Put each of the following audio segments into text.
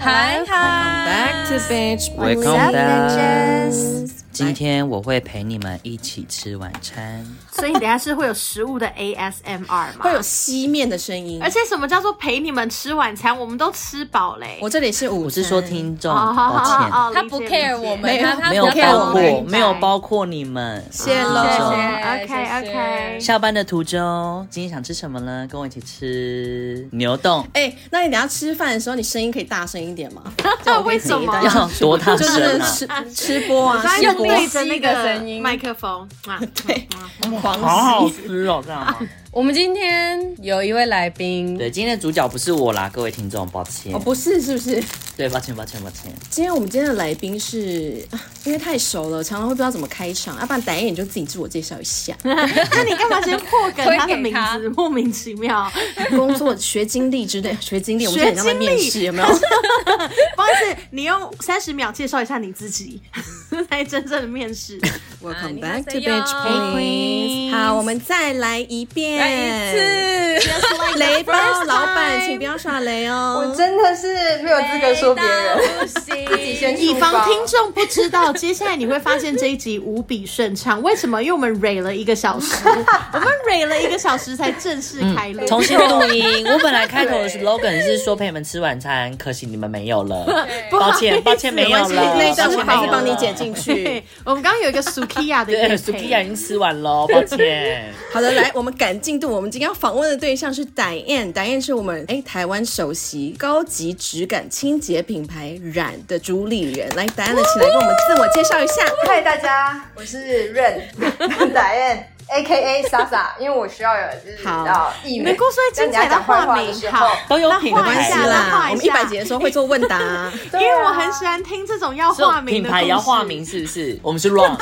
嗨嗨 Back to beach, Welcome back. Bitches 今天我会陪你们一起吃晚餐。所以你等一下是会有食物的 ASMR 吗？会有。吸面的声音，而且什么叫做陪你们吃晚餐？我们都吃饱嘞、我这里是午我餐是说，听众，哦好好抱好，他不 care 我们，没有他他歉，没有不 care 包我们括，们没有包括你们。谢喽。谢谢 OK 谢谢 OK，下班的途中，今天想吃什么呢？跟我一起吃牛冻，哎、那你等下吃饭的时候，你声音可以大声一点吗？这样我可以为什么听一段要多大就声是啊？吃吃播啊，他吃用播对着那吸的声音个麦克风啊，对，狂吸。吃哦，这样吗？我们今天有一位来宾， 对，今天的主角不是我啦，各位听众，抱歉哦，。不是，是不是？对，抱歉，抱歉，抱歉。今天我们今天的来宾是，啊因为太熟了，常常会不知道怎么开场，要、啊不然等一眼就自己自我介绍一下，那你干嘛先破梗推给他的名他字？莫名其 妙，工作、学经历之类，学经历，我们现在在面试，有没有？不好意思，你用三十秒介绍一下你自己， 才真正的面试。 Welcome 啊 back to 你好 Beach Hey Please。 Queens 好，我们再来一遍。再一次， 雷包 time 老板，请不要耍雷哦。真的是没有资格说别人。不行，自己 先以防听众不知道，接下来你会发现这一集无比顺畅。为什么？因为我们蕊了一个小 时，我们蕊了一个小时才正式开录。重新录音，我本来开头的 slogan 是说陪你们吃晚餐，可惜你们没有了，抱歉，抱歉，没有了，那一段抱我歉，还没是有帮你了剪进去 对。， 我们刚刚有一个 Sukiya 的对夜，Sukiya 已配，经吃完了，抱歉。好的，来，我们赶进度。我们今天要访问的对象是 Diane，Diane 是我们哎台湾首席高级质感清洁品牌染的主理人。来，Diane，请来跟我们自我介绍一下。嗨，大家，我是 Ren 打燕 A K A 莎莎，因为我需要有就是好要艺你名们。故事会精但彩你要到讲坏化话名的时好候，都有那品画牌没一关系啦下，那画啦，我一们一下百集的时候会做问答、 对因啊？为我很喜欢听这种要这化种名品的牌也要化故事名是不是？我们是 Ron，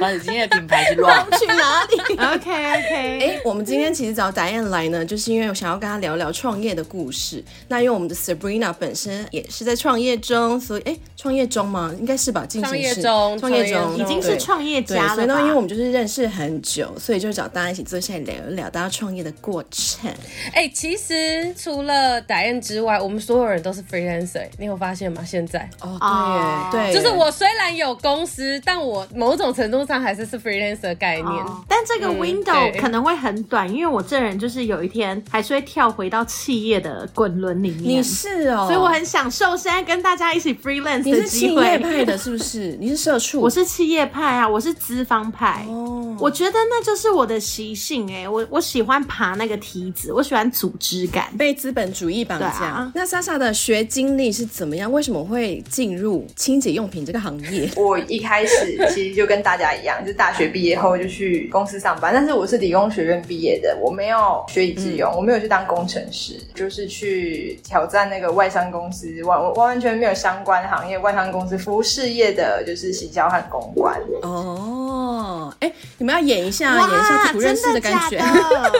反正今天的品牌是 Ron。去哪里？ OK OK， 哎、我们今天其实找 Diane 来呢，就是因为我想要跟她聊聊创业的故事。那因为我们的 Sabrina 本身也是在创业中，所以哎，创、业中吗？应该是吧，进行创业式中创业创业中中已经是对创业对，家所了以呢，因为我吧？们就是认识很久，所以就找大家一起坐下来聊一聊大家创业的过程。哎、其实除了打印之外，我们所有人都是 freelancer，你有发现吗？现在哦哦，对耶，对，就是我虽然有公司，但我某种程度上还是是 freelancer 的概念。哦但这个嗯 window 对可能会很短，因为我这人就是有一天还是会跳回到企业的滚轮里面你，是哦，所以我很享受现在跟大家一起 freelance 你的是企机业会。派的，是不是？你是社畜？我是企业派啊，我是资方派。哦，我觉得那就是我的习性哎、我我喜欢爬那个梯子，我喜欢组织感。被资本主义绑架。对啊那莎莎的学经历是怎么样？为什么会进入清洁用品这个行业我一开始其实就跟大家一样，就是大学毕业后就去公司上班，但是我是理工学院毕业的，我没有学以致用，我没有去当工程师，就是去挑战那个外商公司，完完完全没有相关行业，外商公司服务事业的，就是行销和公关。 哦，哎、你们要演一下，哇演一下自不认识真的感觉。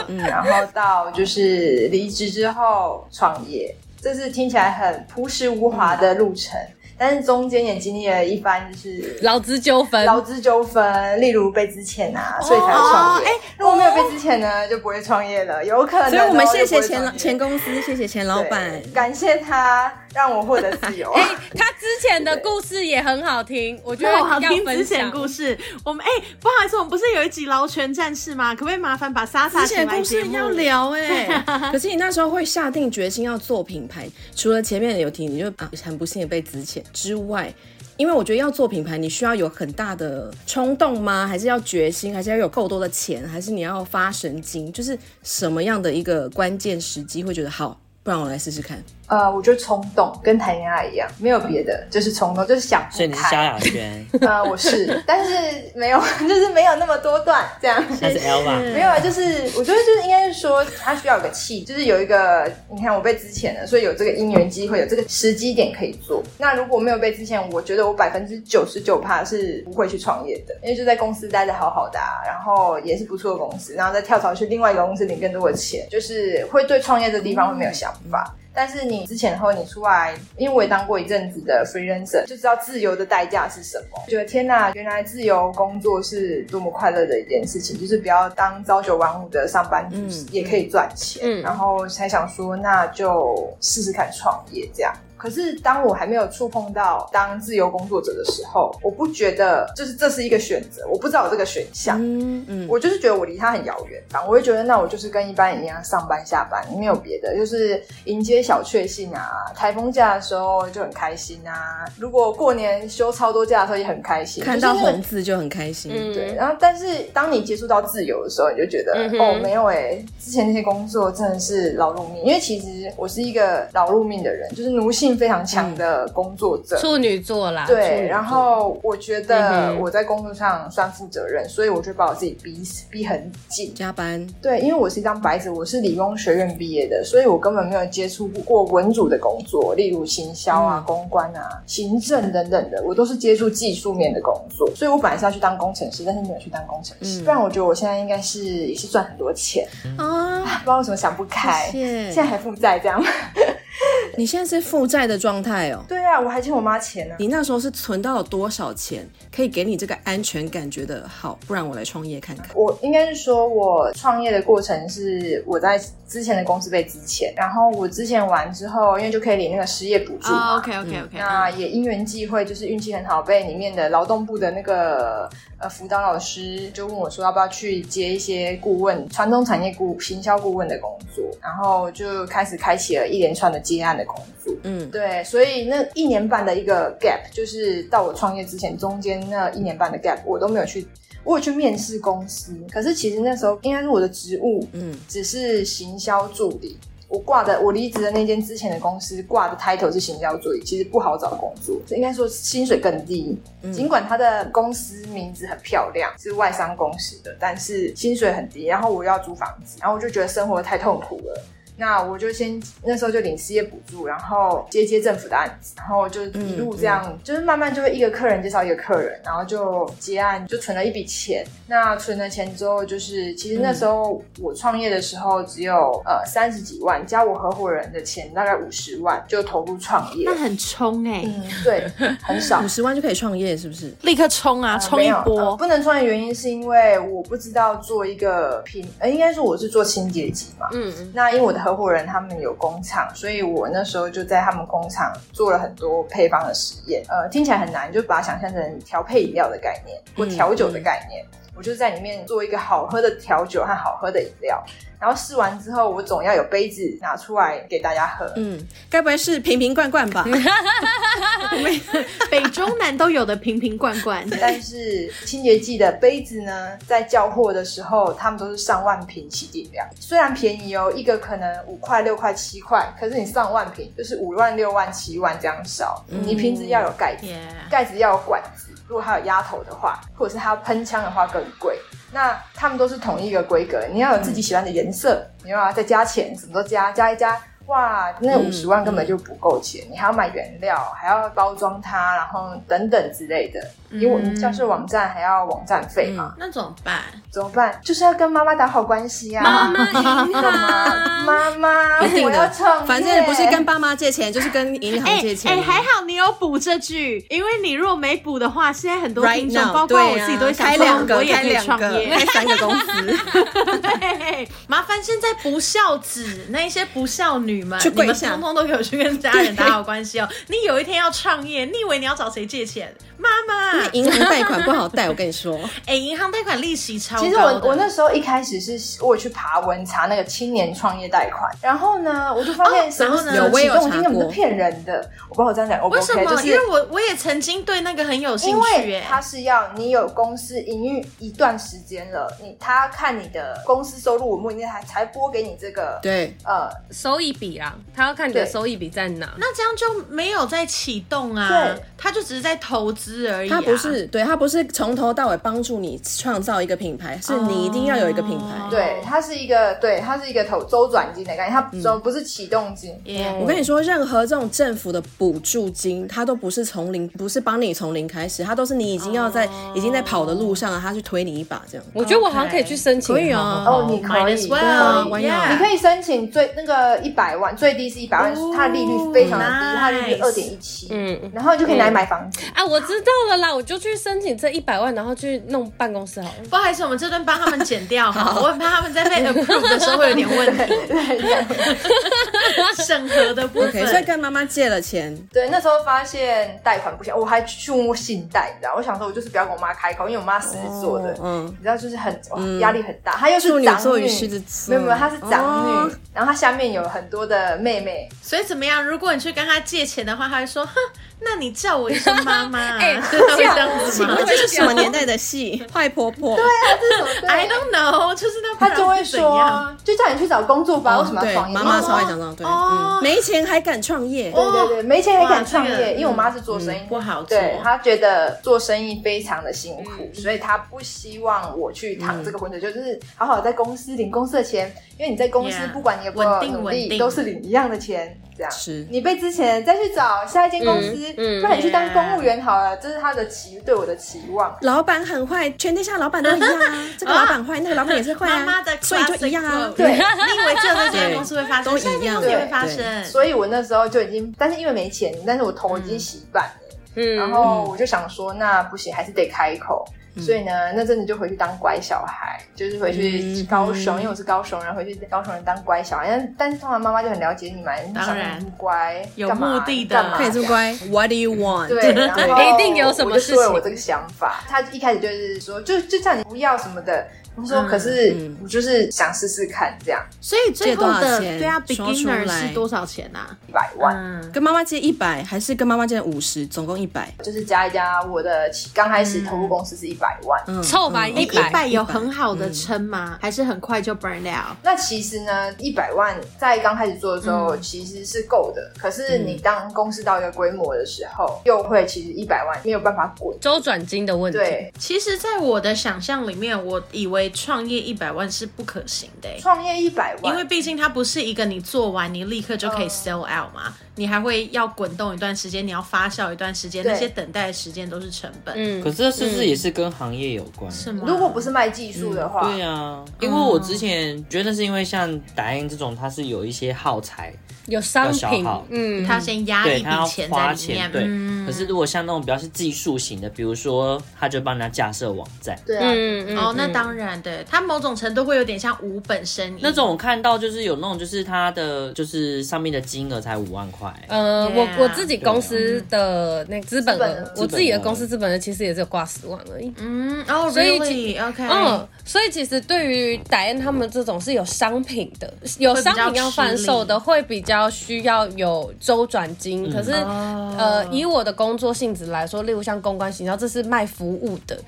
嗯假的然后到就是离职之后创业，这是听起来很朴实无华的路程，但是中间也经历了一番就是劳资纠纷，劳资纠纷，例如被资遣啊，所以才会创业。哎如果没有被资遣呢，就不会创业了，有可 哦能。哦所以我们谢谢前老钱前公司，谢谢前老板。感谢他让我获得自由。啊哎、他之前的故事也很好听，我觉得那我好一定听要之分前享。故事，我们哎、不好意思，我们不是有一集《劳权战士》吗？可不可以麻烦把莎莎之请前来故节事目？要聊哎、 可是你那时候会下定决心要做品牌，除了前面有提，你就啊很不幸的被资遣之外，因为我觉得要做品牌，你需要有很大的冲动吗？还是要决心？还是要有够多的钱？ 还是你要发神经？就是什么样的一个关键时机会觉得好？不然我来试试看。呃，我觉得冲动跟谈恋爱一样，没有别的，就是冲动，就是想不开。所以你是萧亚轩，呃，我是，但是没有， 就是没有那么多段这样。他是 L 吧？没有啊，就是我觉得就是应该是说，他需要有个气，就是有一个，你看我被之前了，所以有这个因缘机会，有这个时机点可以做。那如果没有被之前，我觉得我百分之九十九怕是不会去创业的，因为就在公司待的好好的、啊，然后也是不错的公司，然后再跳槽去另外一个公司领更多的钱，就是会对创业这地方会没有想法。但是你之前后你出来，因为我也当过一阵子的 freelancer，就知道自由的代价是什么。觉得天呐，原来自由工作是多么快乐的一件事情，就是不要当朝九晚五的上班族，嗯也可以赚钱。嗯然后才想说，那就试试看创业这样。可是当我还没有触碰到当自由工作者的时候，我不觉得就是这是一个选择，我不知道有这个选项。嗯嗯，我就是觉得我离他很遥远吧，我会觉得那我就是跟一般人一样上班下班，没有别的，就是迎接小确幸啊。台风假的时候就很开心啊，如果过年休超多假的时候也很开心，看到就是那个红字就很开心。嗯，对，然后但是当你接触到自由的时候，你就觉得、嗯哼哦，没有哎、之前那些工作真的是劳碌命，因为其实我是一个劳碌命的人，就是奴性非常强的工作者。处女座啦，嗯啊处女对，座然后我觉得嗯哼我在工作上算负责任，所以我就把我自己逼死逼很紧。加班，对，因为我是一张白纸，我是理工学院毕业的，所以我根本没有接触过文组的工作，例如行销嗯啊、公关啊、行政等等的，我都是接触技术面的工作。所以我本来是要去当工程师，但是没有去当工程嗯师，不然我觉得我现在应该是也是赚很多钱，啊，不知道为什么想不开，谢谢嗯现在还负债这样。 你现在是负债的状态哦。对啊，我还欠我妈钱呢、你那时候是存到了多少钱，可以给你这个安全感，觉得好，不然我来创业看看。我应该是说，我创业的过程是我在之前的公司被之前，然后我之前完之后，因为就可以领那个失业补助哦哦嘛。 OK OK OK，嗯那也因缘际会，就是运气很好，被里面的劳动部的那个呃辅导老师就问我说，要不要去接一些顾问、传统产业顾、行销顾问的工作，然后就开始开启了一连串的接案的工作。嗯，对，所以那一年半的一个 gap，就是到我创业之前中间那一年半的 gap，我都没有去，我有去面试公司，可是其实那时候应该是我的职务，嗯嗯，只是行销助理。我挂的，我离职的那间之前的公司挂的 title 是行销助理，其实不好找工作，应该说薪水更低。嗯尽管它的公司名字很漂亮，是外商公司的，但是薪水很低。然后我要租房子，然后我就觉得生活太痛苦了。那我就先那时候就领失业补助，然后接接政府的案子，然后就嗯一路这样，就是慢慢就会一个客人介绍一个客人，然后就接案，就存了一笔钱。那存了钱之后，就是其嗯实那时候我创业的时候只有呃三十几万，加我合伙人的钱大概五十万，就投入创业那。很冲欸哎、嗯，对，很少五。十万就可以创业，是不是？立刻冲啊，冲没一有呃波！ 不能创业原因是因为我不知道做一个品，呃，应该说我是做清洁剂嘛。嗯，那因为我的合伙人他们有工厂，所以我那时候就在他们工厂做了很多配方的实验。呃，听起来很难，就把它想象成调配饮料的概念或嗯调酒的概念。我就在里面做一个好喝的调酒和好喝的饮料，然后试完之后，我总要有杯子拿出来给大家喝。嗯，该不会是瓶瓶罐罐吧？北中南都有的瓶瓶罐罐，但是清洁剂的杯子呢，在交货的时候，他们都是上万瓶起订量，虽然便宜哦，一个可能五块、六块、七块，可是你上万瓶就是五万、六万、七万这样烧，你瓶子要有盖子， Yeah 盖子要有管子，如果它有压头的话，或者是它要喷枪的话更贵。那他们都是统一一个规格，你要有自己喜欢的颜色，你又要再加钱，什么都加，加一加。哇，那嗯五十万根本就不够钱，你还要买原料，还要包装它，然后等等之类的。因为我嗯们教室网站还要网站费嘛，那怎么办？怎么办？就是要跟妈妈打好关系呀、妈啊。妈赢干嘛？啦， 妈妈，一定我要的创业，反正不是跟爸妈借钱，就是跟银哎行借钱。哎，还好你有补这句，因为你如果没补的话，现在很多 Right 听众 now，包括对我啊自己都会想开说，两个，我也开可以两创个，业。开三个公司， 对，麻烦现在不孝子那些不孝女们，去你跪们下通通都给我去跟家人打好关系哦。你有一天要创业，你以为你要找谁借钱？妈妈，银行贷款不好贷，我跟你说，哎，银行贷款利息超高其的。实我我那时候一开始是我有去爬文查那个青年创业贷款，然后呢，我就发现什么哦然后呢有我也启有动查金根本过是骗人的。我不好这样讲，我不为什 OK，么？就是因为我我也曾经对那个很有兴因趣为耶。它是要你有公司营运一段时间了，你他看你的公司收入稳不稳定，才才拨给你这个对，呃收益比啊，他要看你的对收益比在哪。那这样就没有在启动啊对，他就只是在投资而已、啊。他不是，对他不是从头到尾帮助你创造一个品牌，是你一定要有一个品牌。哦对，它是一个对，它是一个投周转金的概念，它怎嗯么不是启动金？ Yeah 我跟你说，任何这种政府的补助金，它都不是从零，不是帮你从零开始，它都是你已经要在、哦已经在跑的路上了，他去推你一把这样。我觉得我好像可以去申请，可以啊哦哦，你可以 might as 对 well，你可啊以 why not？你可以申请最那个一百万，最低是一百万，它的利率非常的低，它的利率二哦 nice 嗯点一七，嗯嗯，然后你就可以拿来买房子。啊，我知道了啦，我就去申请这一百万，然后去弄办公室好了。不好意思，我们这段帮他们剪掉哈，我很怕他们在被 approve 的时候会有点问题， 审核的部 OK，所以分。跟妈妈借了钱，对，那时候发现贷款不行，我还去问过信贷，你知道，我想说我就是不要跟我妈开口，因为哦我妈狮子座的，嗯，你知道，就是很哇压力很大。她又是处女长座女，与狮子座没有没有，她是长哦女，然后她下面有很多的 妹妹，所以怎么样？如果你去跟他借钱的话，他会说：“哼，那你叫我一声妈妈 啊。哎就他会这样子请吗问这是什么年代的戏？坏婆婆，啊？I don't know，就是那不她然就会是怎样？说，就叫你去找工作吧，为什么要哦对，创业？妈妈超爱讲这种，对，哦嗯没钱还敢创业，对对对，没钱还敢创哇这个业，因为我妈是做生意，嗯不好做对她觉得做生意非常的辛苦，所以她不希望我去淌这个浑水，就是好好在公司领公司的钱，因为你在公司 Yeah，不管你有多稳少定努稳定力，都是领一样的钱，这样。是你被之前再去找下一间公司，嗯嗯不然你去当 Yeah 公务员好了，这是她的期对我的期望。老板很坏，全天下老板都一样 啊，这个老板坏，那个老板也是坏妈啊，妈的 classic 所以就一样啊 quote，对你以为只有在这间公司会发生，都下一间样公司也会对发对生。所以我那时候就已经，但是因为没钱，但是我头已经洗一半了。嗯，然后我就想说，那不行，还是得开口。所以呢，那阵子就回去当乖小孩，就是回去高雄，因为我是高雄人，回去高雄人当乖小孩。但但是通常妈妈就很了解你们，当想然你们乖，有干嘛目的的干嘛可以这么乖，What do you want？对，然后一定有什么事情我就说了我这个想法，他一开始就是说，就就叫你不要什么的。我说，可是嗯我就是想试试看，这样所以最后借多的少钱对啊说出，beginner 来是多少钱呐？一百万。嗯，跟妈妈借一百，还是跟妈妈借五十，总共一百。就是加一加，我的起刚开始投入公司是一百万，嗯，凑吧嗯一一百百有很好的撑吗？还是很快就 burn out？那其实呢，一百万在刚开始做的时嗯候其实是够的，可是你当公司到一个规模的时候，又会其实一百万没有办法滚。周转金的问题。对，其实，在我的想象里面，我以为创业一百万是不可行的欸、创业一百万，因为毕竟它不是一个你做完你立刻就可以嗯 sell out 嘛，你还会要滚动一段时间，你要发酵一段时间，对那些等待的时间都是成本，嗯可，是这是不是也是跟行业有关？是吗？如果不是卖技术的话，嗯对啊，因为我之前觉得是因为像达英这种，他是有一些耗材，有商要品消耗，嗯，他先压对啊一他要笔钱在花里面钱，，对。嗯可是如果像那种比较是技术型的，比如说他就帮人家架设网站，对啊，嗯嗯哦，那当然的，它某种程度会有点像无本生意那种我看到就是有那种就是他的就是上面的金额才五万块，呃， Yeah 我我自己公司的那个资本资本额额，我自己的公司资本额其实也只有挂十万而已。嗯，哦所以，really，OK，嗯，所以其实对于戴恩他们这种是有商品的，有商品要贩售的，会比较需要有周转金。可是，呃，以我的工作性质来说，例如像公关行销，这是卖服务的，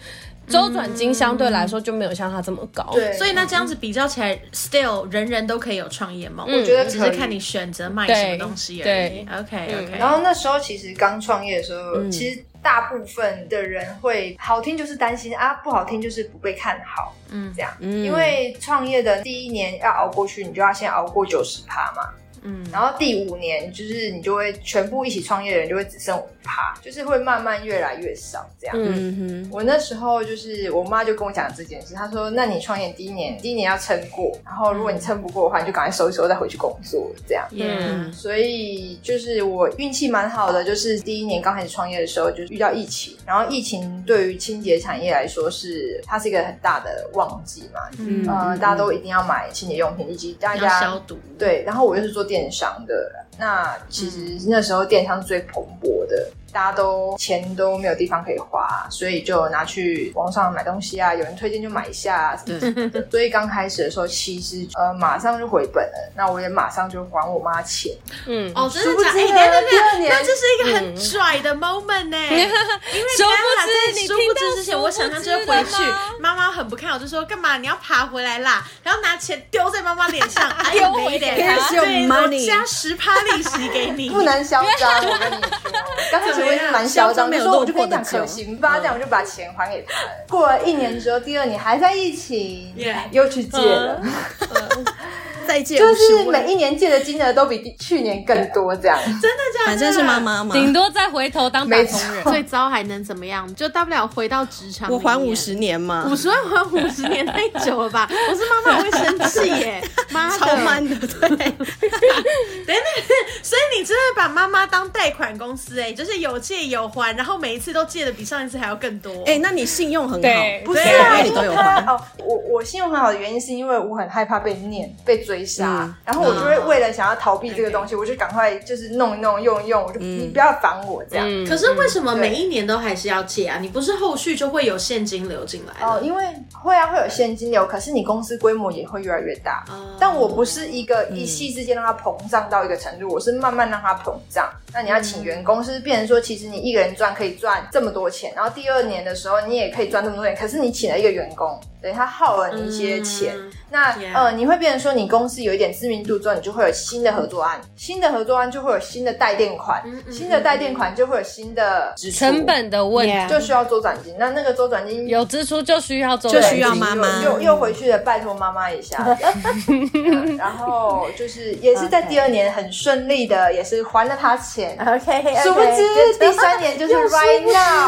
周转金相对来说就没有像他这么高。嗯对，所以那这样子比较起来，still 人人都可以有创业梦，我嗯觉得可以嗯只是看你选择卖什么东西而已对。 OK OK，然后那时候其实刚创业的时候，其实大部分的人会好听就是担心啊，不好听就是不被看好，嗯，这样，因为创业的第一年要熬过去，你就要先熬过九十趴嘛。嗯，然后第五年就是你就会全部一起创业的人就会只剩五趴，就是会慢慢越来越少这样。嗯嗯我那时候就是我妈就跟我讲这件事，她说：“那你创业第一年，第一年要撑过，然后如果你撑不过的话，你就赶快收一收再回去工作这样。”嗯，所以就是我运气蛮好的，就是第一年刚开始创业的时候，就是遇到疫情，然后疫情对于清洁产业来说是它是一个很大的旺季嘛，哼，呃，大家都一定要买清洁用品，以及大嗯要消家毒，对，然后我又是做电商的，那其实那时候电商是最蓬勃的。大家都钱都没有地方可以花，所以就拿去网上买东西啊，有人推荐就买一下、啊，什么对，嗯所以刚开始的时候，其实呃马上就回本了，那我也马上就还我妈钱。嗯，哦，真殊的不假知的？哎，呢等一下等一下等一第二年下，那这是一个很拽的 moment 呢。因为殊不知刚刚在你殊听不到知之前，殊我不想象知就了回去吗，妈妈很不看好，就说干嘛你要爬回来啦，然后拿钱丢在妈妈脸上，哎呀丢回没得给她拿 Here's your 对 money 我加十趴利息给你， 不能嚣张，我跟你说， 刚开始我也是蛮嚣怎张，么样就说我嚣张没有落就跟魄你的讲久可行吧，嗯这样我就把钱还给他了。过了一年之后，第二年还在疫情嗯 Yeah，又去借了，再借 就五十是万，每一年借的金额都比去年更多，这样。真的假的？反正是妈妈嘛，顶多再回头当打没工人。错最糟还能怎么样？就大不了回到职场。我还五。十年嘛，五十万还五十年太久了吧？我是妈妈，我会生气耶！妈的，超慢的，对，等等，所以你真的把妈妈当贷款公司哎、就是有借有还，然后每一次都借的比上一次还要更多。哎、那你信用很好对， 不是啊因对为你都有还。哦，我我信用很好的原因是因为我很害怕被念、被追杀，嗯然后我就会为了想要逃避这个东西，我就赶快就是弄一弄、用一用，我就、嗯你不要烦我这样。嗯可是为什么嗯每一年都还是要借啊？你不是后续就会有现金流进来哦，的？因为会啊，会有现金流，可是你公司规模也会越来越大。哦嗯但我不是一个一夕之间让它膨胀到一个程度，我是慢慢让它膨胀。那你要请员工，是变成说，其实你一个人赚可以赚这么多钱，然后第二年的时候你也可以赚这么多钱，可是你请了一个员工，等于他耗了你一些钱。嗯那 Yeah 呃，你会变成说，你公司有一点知名度之后，你就会有新的合作案，新的合作案就会有新的带电款，嗯嗯新的带电款就会有新的支出成，本的问题 Yeah 就需要周转金。那那个周转金有支出就需要周就转需要妈妈又又回去了，拜托妈妈一 下。嗯然后就是也是在第二年很顺利的，也是还了他钱。 OK，殊不 知第三年就是 right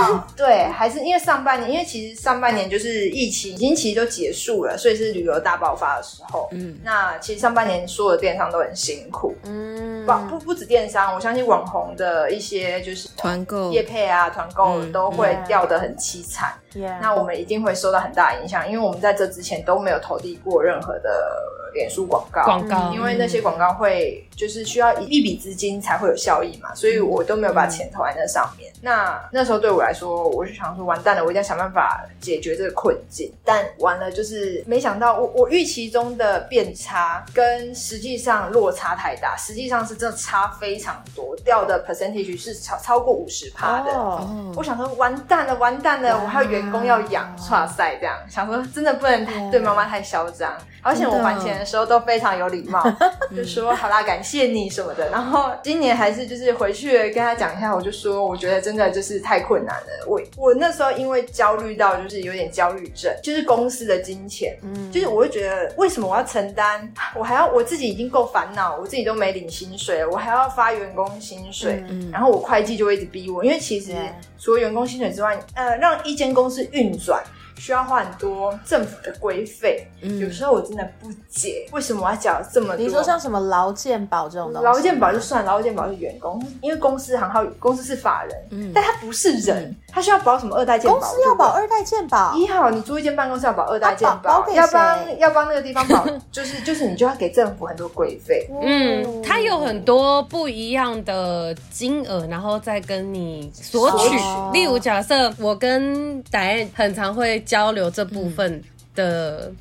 now，对，还是因为上半年，因为其实上半年就是疫情已经其实都结束了，所以是旅游大爆发的时候。嗯，那其实上半年所有的电商都很辛苦，嗯不不不止电商，我相信网红的一些就是团购业配啊、团购嗯都会掉的很凄惨。那我们一定会受到很大的影响，因为我们在这之前都没有投递过任何的脸书广告，广告，因为那些广告会就是需要一笔资金才会有效益嘛，所以我都嗯没有把钱投在那上面。那那时候对我来说，我就想说完蛋了，我一定要想办法解决这个困境。但完了就是没想到我我预期中的变差跟实际上落差太大，实际上是真的差非常多，掉的 percentage 是超超过五十趴的。哦我想说，完蛋了，完蛋了，我还有员工要养，哇塞，这样想说，真的不能太对妈妈太嚣张。而且我还钱的时候都非常有礼貌， 就说好啦，感谢你什么的。然后今年还是就是回去跟他讲一下，我就说我觉得真的就是太困难了。我我那时候因为焦虑到就是有点焦虑症，就是公司的金钱，嗯就是我会觉得为什么我要承担？ 我还要我自己已经够烦恼，我自己都没领薪水了，我还要发员工薪水，嗯然后我会计就会一直逼我，因为其实除了员工薪水之外，呃，让一间公司运转。需要花很多政府的规费，有时候我真的不解，为什么我要缴这么多？嗯你说像什么劳健保这种东西，劳健保就算，劳健保是员工，因为公司行号公司是法人，但他不是人，他需要保什么二代健保？嗯公司要保二代健保，一号，你租一间办公室要保二代健啊保保给谁要帮要帮那个地方保，就是就是你就要给政府很多规费。嗯，它有很多不一样的金额，然后再跟你索取。哦例如，假设我跟达燕很常会交流这部分的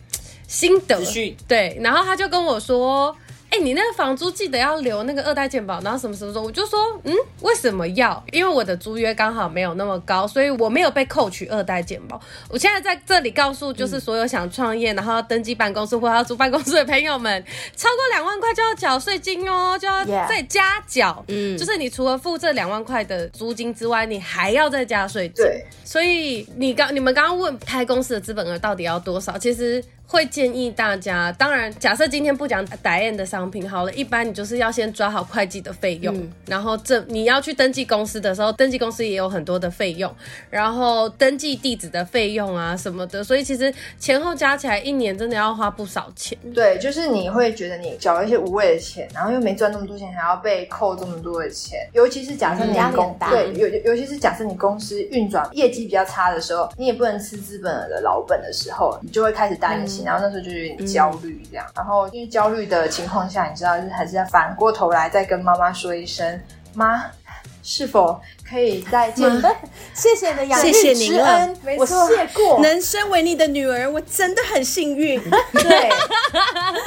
心得资讯，对，然后他就跟我说。哎、你那个房租记得要留那个二代健保，然后什么什么什么，我就说，嗯，为什么要？因为我的租约刚好没有那么高，所以我没有被扣取二代健保。我现在在这里告诉，就是所有想创业，然后要登记办公室或要租办公室的朋友们，超过两万块就要缴税金哦，就要 Yeah 再加缴。嗯就是你除了付这两万块的租金之外，你还要再加税金。对，所以你刚你们刚刚问开公司的资本额到底要多少，其实会建议大家，当然假设今天不讲 Diane 的商品好了，一般你就是要先抓好会计的费用，然后这你要去登记公司的时候，登记公司也有很多的费用，然后登记地址的费用啊什么的，所以其实前后加起来一年真的要花不少钱。对，就是你会觉得你缴了一些无谓的钱，然后又没赚那么多钱，还要被扣这么多的钱。尤其是假设你嗯压力公很大对，尤尤其是假设你公司运转业绩比较差的时候，你也不能吃资本额的老本的时候，你就会开始担嗯心，然后那时候就有点焦虑这样。然后因为焦虑的情况下，你知道，就是还是要反过头来再跟妈妈说一声，妈。是否可以再见？谢谢你的养育谢谢之您了恩，啊没我错谢过。 能身为你的女儿，我真的很幸运。对，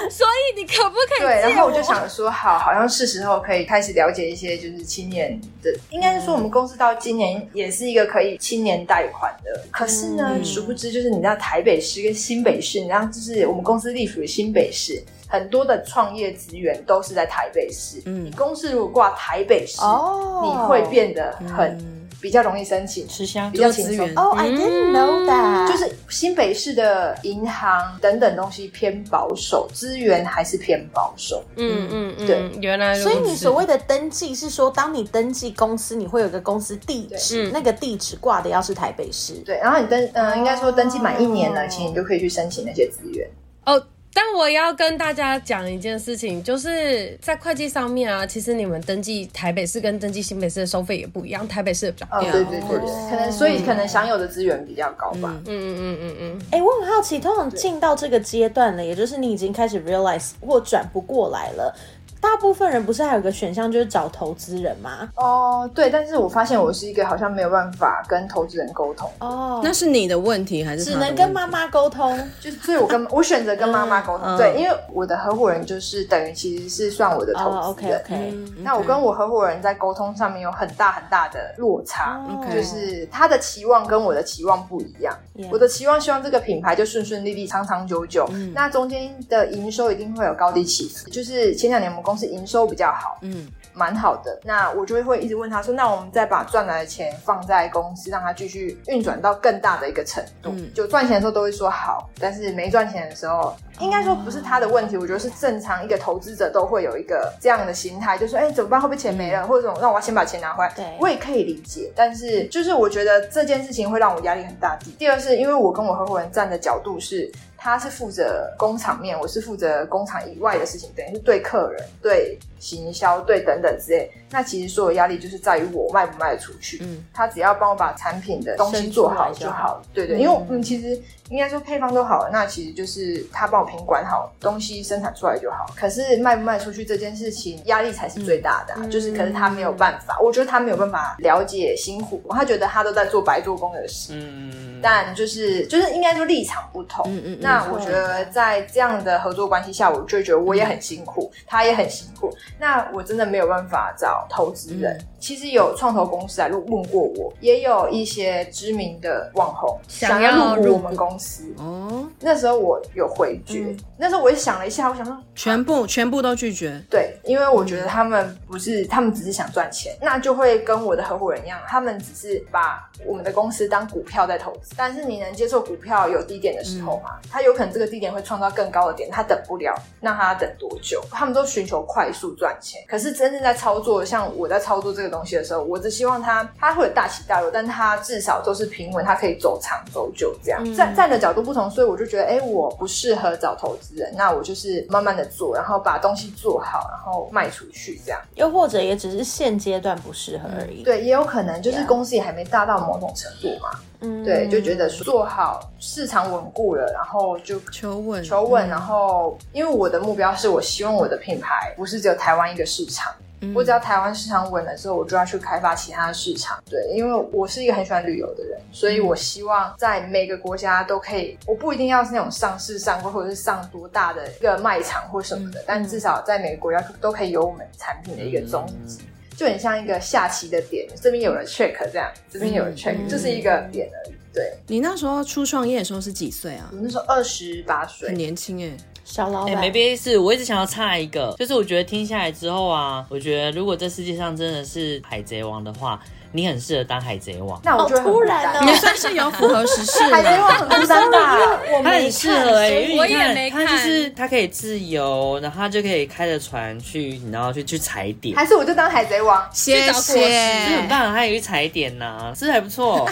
所以你可不可以对，然借后我就想说，好，好像是时候可以开始了解一些就是青年的，应该是说我们公司到今年也是一个可以青年贷款的。可是呢，殊不知就是你知道台北市跟新北市，你知道就是我们公司隶属于新北市。很多的创业资源都是在台北市，嗯，你公司如果挂台北市，哦你会变得很。比较容易申请，吃香比较轻多资松源。哦， Oh, I didn't know that。就是新北市的银行等等东西偏保守，资源还是偏保守。嗯嗯嗯，对，原来如此。所以你所谓的登记是说，当你登记公司，你会有一个公司地址，嗯那个地址挂的要是台北市。对，然后你登呃，应该说登记满一年了，其实你就可以去申请那些资源。哦，但我要跟大家讲一件事情，就是在会计上面啊，其实你们登记台北市跟登记新北市的收费也不一样，台北市的比较高。哦，对对对对，可能所以可能享有的资源比较高吧。嗯嗯嗯嗯嗯，哎、我很好奇，通常进到这个阶段了，也就是你已经开始 realize 或转不过来了，大部分人不是还有个选项就是找投资人吗？哦，对，但是我发现我是一个好像没有办法跟投资人沟通，哦，那是你的问题还是只他的能跟问题妈妈沟通。就是所以我跟我选择跟妈妈沟嗯通，对，因为我的合伙人就是等于其实是算我的哦投资，OK 人。嗯 OK，那我跟我合伙人在沟通上面有很大很大的落差，哦就是他的期望跟我的期望不一样。 Yeah 我的期望希望这个品牌就顺顺利利、长长久久。那中间的营收一定会有高低起伏，就是前两年我们公司营收比较好，嗯嗯，蛮好的。那我就会一直问他说，那我们再把赚来的钱放在公司，让它继续运转到更大的一个程度。嗯就赚钱的时候都会说好，但是没赚钱的时候，应该说不是他的问题，我觉得是正常一个投资者都会有一个这样的心态，就说哎、怎么办？会不会钱没了？或者让我要先把钱拿回来。对我也可以理解，但是就是我觉得这件事情会让我压力很大。第二是因为我跟我合伙人站的角度是。他是负责工厂面，我是负责工厂以外的事情，等于是对客人、对行销、对等等之类。那其实所有压力就是在于我卖不卖得出去。嗯他只要帮我把产品的东西做生出来好就就好好了。对对，因为我嗯，其实应该说配方都好了，那其实就是他帮我品管好，东西生产出来就好。可是卖不卖出去这件事情，压力才是最大的啊、就是可是他没有办法，我觉得他没有办法了解辛苦，他觉得他都在做白做工的事。嗯，但就是就是应该说立场不同，嗯嗯嗯那我觉得在这样的合作关系下，我就觉得我也很辛苦，他也很辛苦。那我真的没有办法找投资人。其实有创投公司来问过我，也有一些知名的网红想想要要入股入我们公司。哦，那时候我有回绝，那时候我也想了一下，我想说，全部全部都拒绝，对，因为我觉得他们不是，他们只是想赚钱，那就会跟我的合伙人一样，他们只是把我们的公司当股票在投资。但是你能接受股票有低点的时候吗？他有可能这个低点会创造更高的点，他等不了，那他等多久？他们都寻求快速赚钱，可是真正在操作，像我在操作这个东西的时候，我只希望它它会有大起大落，但它至少都是平稳，它可以走长走久这样。站站的角度不同，所以我就觉得，哎、我不适合找投资人，那我就是慢慢的做，然后把东西做好，然后卖出去这样。又或者也只是现阶段不适合而已。，对，也有可能就是 Yeah 公司也还没大到某种程度嘛，嗯对，就觉得说做好市场稳固了，然后就求稳求稳，然后因为我的目标是我希望我的品牌不是只有台湾一个市场，我只要台湾市场稳了之后，我就要去开发其他的市场。对，因为我是一个很喜欢旅游的人，所以我希望在每个国家都可以，我不一定要是那种上市上柜或者是上多大的一个卖场或什么的，但至少在每个国家都可以有我们产品的一个踪迹。就很像一个下棋的点，这边有了 check 这样，这边有了 check，、就是一个点而已。对，你那时候初创业的时候是几岁啊我？那时候二十八岁很，年轻哎，小老哎、板、没别的事，我一直想要插一个，就是我觉得听下来之后啊，我觉得如果这世界上真的是海贼王的话，你很适合当海贼王。那我好就会很突孤然单哦也算是有符合时事海贼啦。王很孤单吧？我 他没很适合哎、因我为你也看没他就看是他可以自由，然后他就可以开着船去，你知道去去踩点，还是我就当海贼王？谢去找果这很谢。棒，他也去踩点呐、是还不错。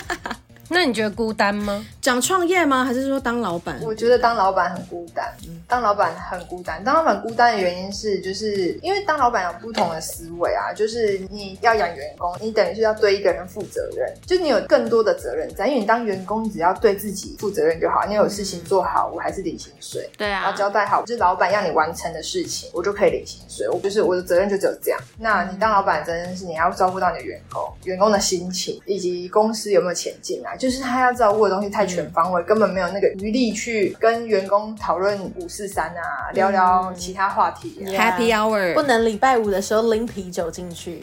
那你觉得孤单吗？讲创业吗？还是说当老板？我觉得当老板很孤单，当老板很孤单。当老板孤单的原因是，就是因为当老板有不同的思维啊，就是你要养员工，你等于是要对一个人负责任，就你有更多的责任在。因为你当员工，你只要对自己负责任就好，你有事情做好，我还是领薪水。对然啊后，交代好，就是老板要你完成的事情，我就可以领薪水。我就是我的责任就只有这样。那你当老板真的是你要照顾到你的员工，员工的心情以及公司有没有前进啊，就是他要照顾的东西太全方位，根本没有那个余力去跟员工讨论五四三啊，聊聊其他话题、啊。 Yeah Happy 不 Hour，能礼拜五的时候拎啤酒进去，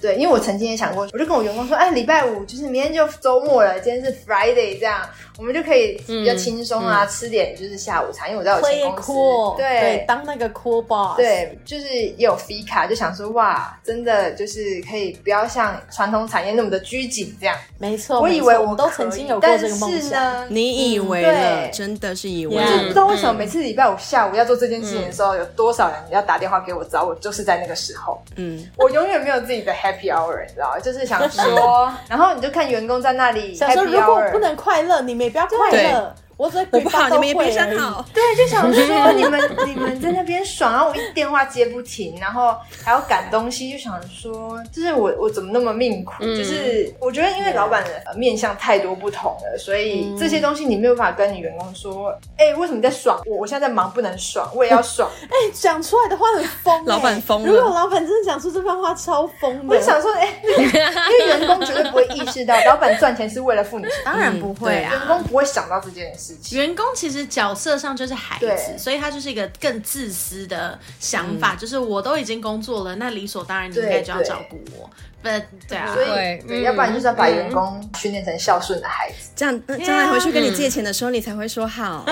对，因为我曾经也想过，我就跟我员工说，哎，礼拜五就是明天就周末了，今天是 Friday，这样我们就可以比较轻松啊，吃点就是下午茶，因为我在我会前公司， cool，对当那个 cool boss，，对，就是也有 f 卡，就想说哇，真的就是可以不要像传统产业那么的拘谨这样。没错，我以为哦没错我我们都可曾以经有过但这个梦是想，呢，你以为了，嗯对真的是以为 Yeah 就不了知道为什么每次礼拜五下午要做这件事情的时候，有多少人要打电话给我找我，就是在那个时候，嗯，我永远没有自己的 happy hour，你知道吗？就 是想说，然后你就看员工在那里想说 happy 如果 hour，我不能快乐，你们也不要快对乐，我只我不好，你们也别想想好。对，就想 说你们你们在那边爽，然后我一电话接不停，然后还要赶东西，就想说，就是我我怎么那么命苦？就是嗯我觉得因为老板的呃面向太多不同了，所以嗯这些东西你没有办法跟你员工说，哎、为什么你在爽？我我现在在忙，不能爽，我也要 爽。哎， 讲出来的话很疯欸，老板疯了如果老板真的讲出这番话，超疯我的。就想说，哎、 因为员工绝对不会意识到，老板赚钱是为了付你钱，嗯当然不会啊。员工不会想到这件事情。员工其实角色上就是孩子，对嗯所以他就是一个更自私的想法，就是我都已经工作了，那理所当然你应该就要照顾我。不，对啊所，以，对对嗯要不然就是要把员工训练成孝顺的孩子。这样那将来回去跟你借钱的时候，你才会说好。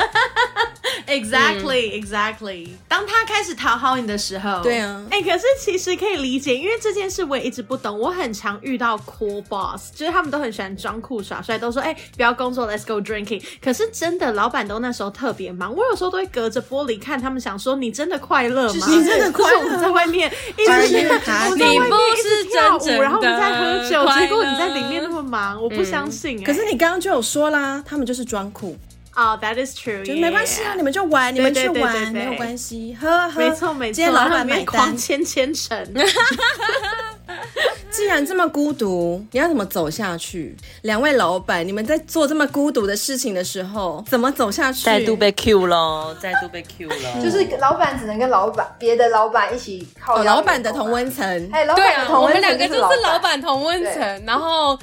Exactly, exactly、当他开始讨好你的时嗯候，对啊哎、可是其实可以理解，因为这件事我也一直不懂。我很常遇到 cool boss，就是他们都很喜欢装酷耍帅，都说哎、不要工作，let's go drinking。可是真的，老板都那时候特别忙，我有时候都会隔着玻璃看他们，想说你真的快乐吗？你真的快乐？我们在外 面一直真的我们在你外面不一直是跳真舞，然后我们正在的喝酒，结果你快在乐里面那么忙，我不相信、哎嗯可是你刚刚就有说啦，他们就是装酷，哦、t h a t is true，就没关系 yeah 啊，你们就玩，你们去对对对玩，对没对有关系，喝喝。 没错 没错，今天老然后板里买面单狂。签千层， 既然这么孤独，你要怎么走下去？两位老板，你们在做这么孤独的事情的时候，怎么走下去？ 再度被 Q 喽， 再度被 Q 喽，就是老板只能跟老板别的老板一起靠、哦老板的同，温层，哎，老对板的啊，同我温们层两个就是老老板，板同温层，然 后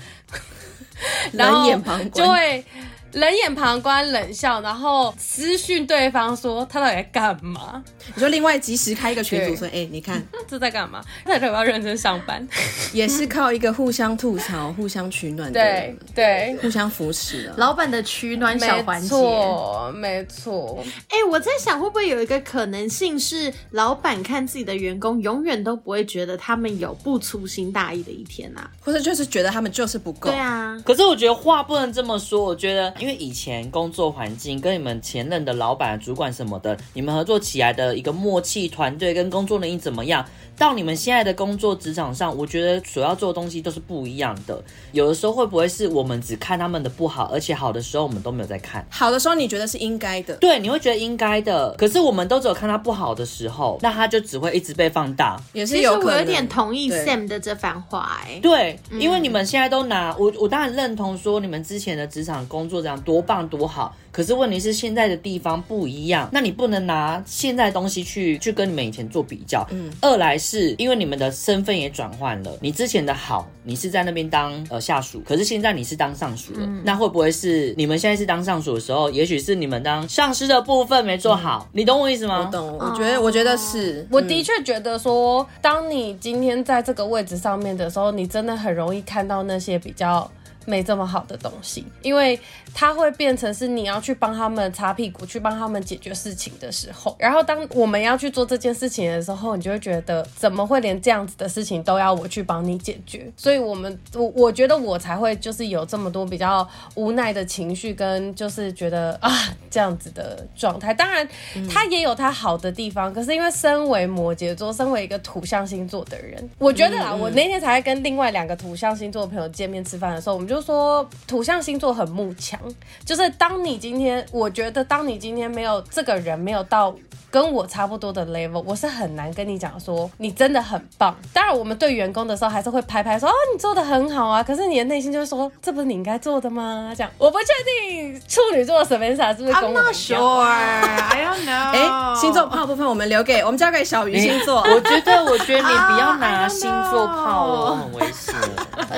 然冷后眼旁就观。会冷眼旁观、冷笑，然后私讯对方说他到底在干嘛？你说另外及时开一个群组对说，哎，你看，这在干嘛？他到底要不要认真上班？也是靠一个互相吐槽、互相取暖的对，对。互相扶持的。老板的取暖小环没节。错，没错，哎、我在想会不会有一个可能性是，老板看自己的员工永远都不会觉得他们有不粗心大意的一天啊？或者就是觉得他们就是不够。对啊，可是我觉得话不能这么说，我觉得因为以前工作环境跟你们前任的老板、主管什么的，你们合作起来的一个默契、团队跟工作能力怎么样，到你们现在的工作职场上，我觉得所要做的东西都是不一样的。有的时候会不会是我们只看他们的不好，而且好的时候我们都没有在看？好的时候你觉得是应该的，对，你会觉得应该的，可是我们都只有看他不好的时候，那他就只会一直被放大。也是其实有可我能。有点同意对 Sam 的这番话、哎，对，嗯因为你们现在都拿我，我当然认同说你们之前的职场工作这样多棒多好，可是问题是现在的地方不一样，那你不能拿现在的东西去去跟你们以前做比较。嗯，二来是因为你们的身份也转换了，你之前的好，你是在那边当呃下属，可是现在你是当上属了，嗯那会不会是你们现在是当上属的时候，也许是你们当上司的部分没做好？你懂我意思吗？嗯我懂，我觉得，我觉得是，我的确觉得说，当你今天在这个位置上面的时候，你真的很容易看到那些比较没这么好的东西，因为它会变成是你要去帮他们擦屁股，去帮他们解决事情的时候。然后当我们要去做这件事情的时候，你就会觉得怎么会连这样子的事情都要我去帮你解决？所以我们我我觉得我才会就是有这么多比较无奈的情绪，跟就是觉得啊这样子的状态。当然，它也有它好的地方，可是因为身为摩羯座，身为一个土象星座的人，我觉得嗯啦，我那天才跟另外两个土象星座的朋友见面吃饭的时候，我们就说土象星座很慕强，就是当你今天，我觉得当你今天没有这个人没有到。跟我差不多的 level，我是很难跟你讲说你真的很棒。当然，我们对员工的时候还是会拍拍说哦，你做的很好啊。可是你的内心就会说，这不是你应该做的吗？这样，我不确定处女座 s a m a n t a 是不是跟 I'm 我们 not 一样 sure, I don't know。哎，星座炮部分我们留给我们交给小鱼你星座。 我觉得，我觉得你不要 Oh, I don't 拿 know 星座泡哦，很危险。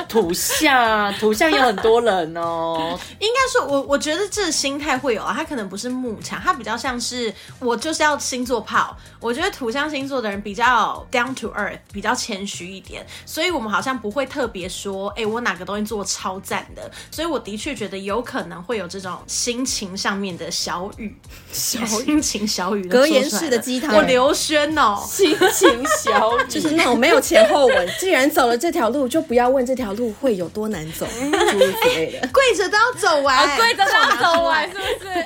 土象，土像有很多人哦，应该说，我我觉得这心态会有啊，他可能不是牧场，他比较像是我就是要星座炮。我觉得土象星座的人比较 down to earth，比较谦虚一点，所以我们好像不会特别说，哎、我哪个东西做超赞的。所以我的确觉得有可能会有这种心情上面的小雨，小心情小雨都格说出来言式的了鸡汤我刘轩哦，心情小雨，就是那种没有前后文。既然走了这条路，就不要问这条路会有多难走，诸如此类的。跪着都要走哎完，哦跪着这样走完是不是？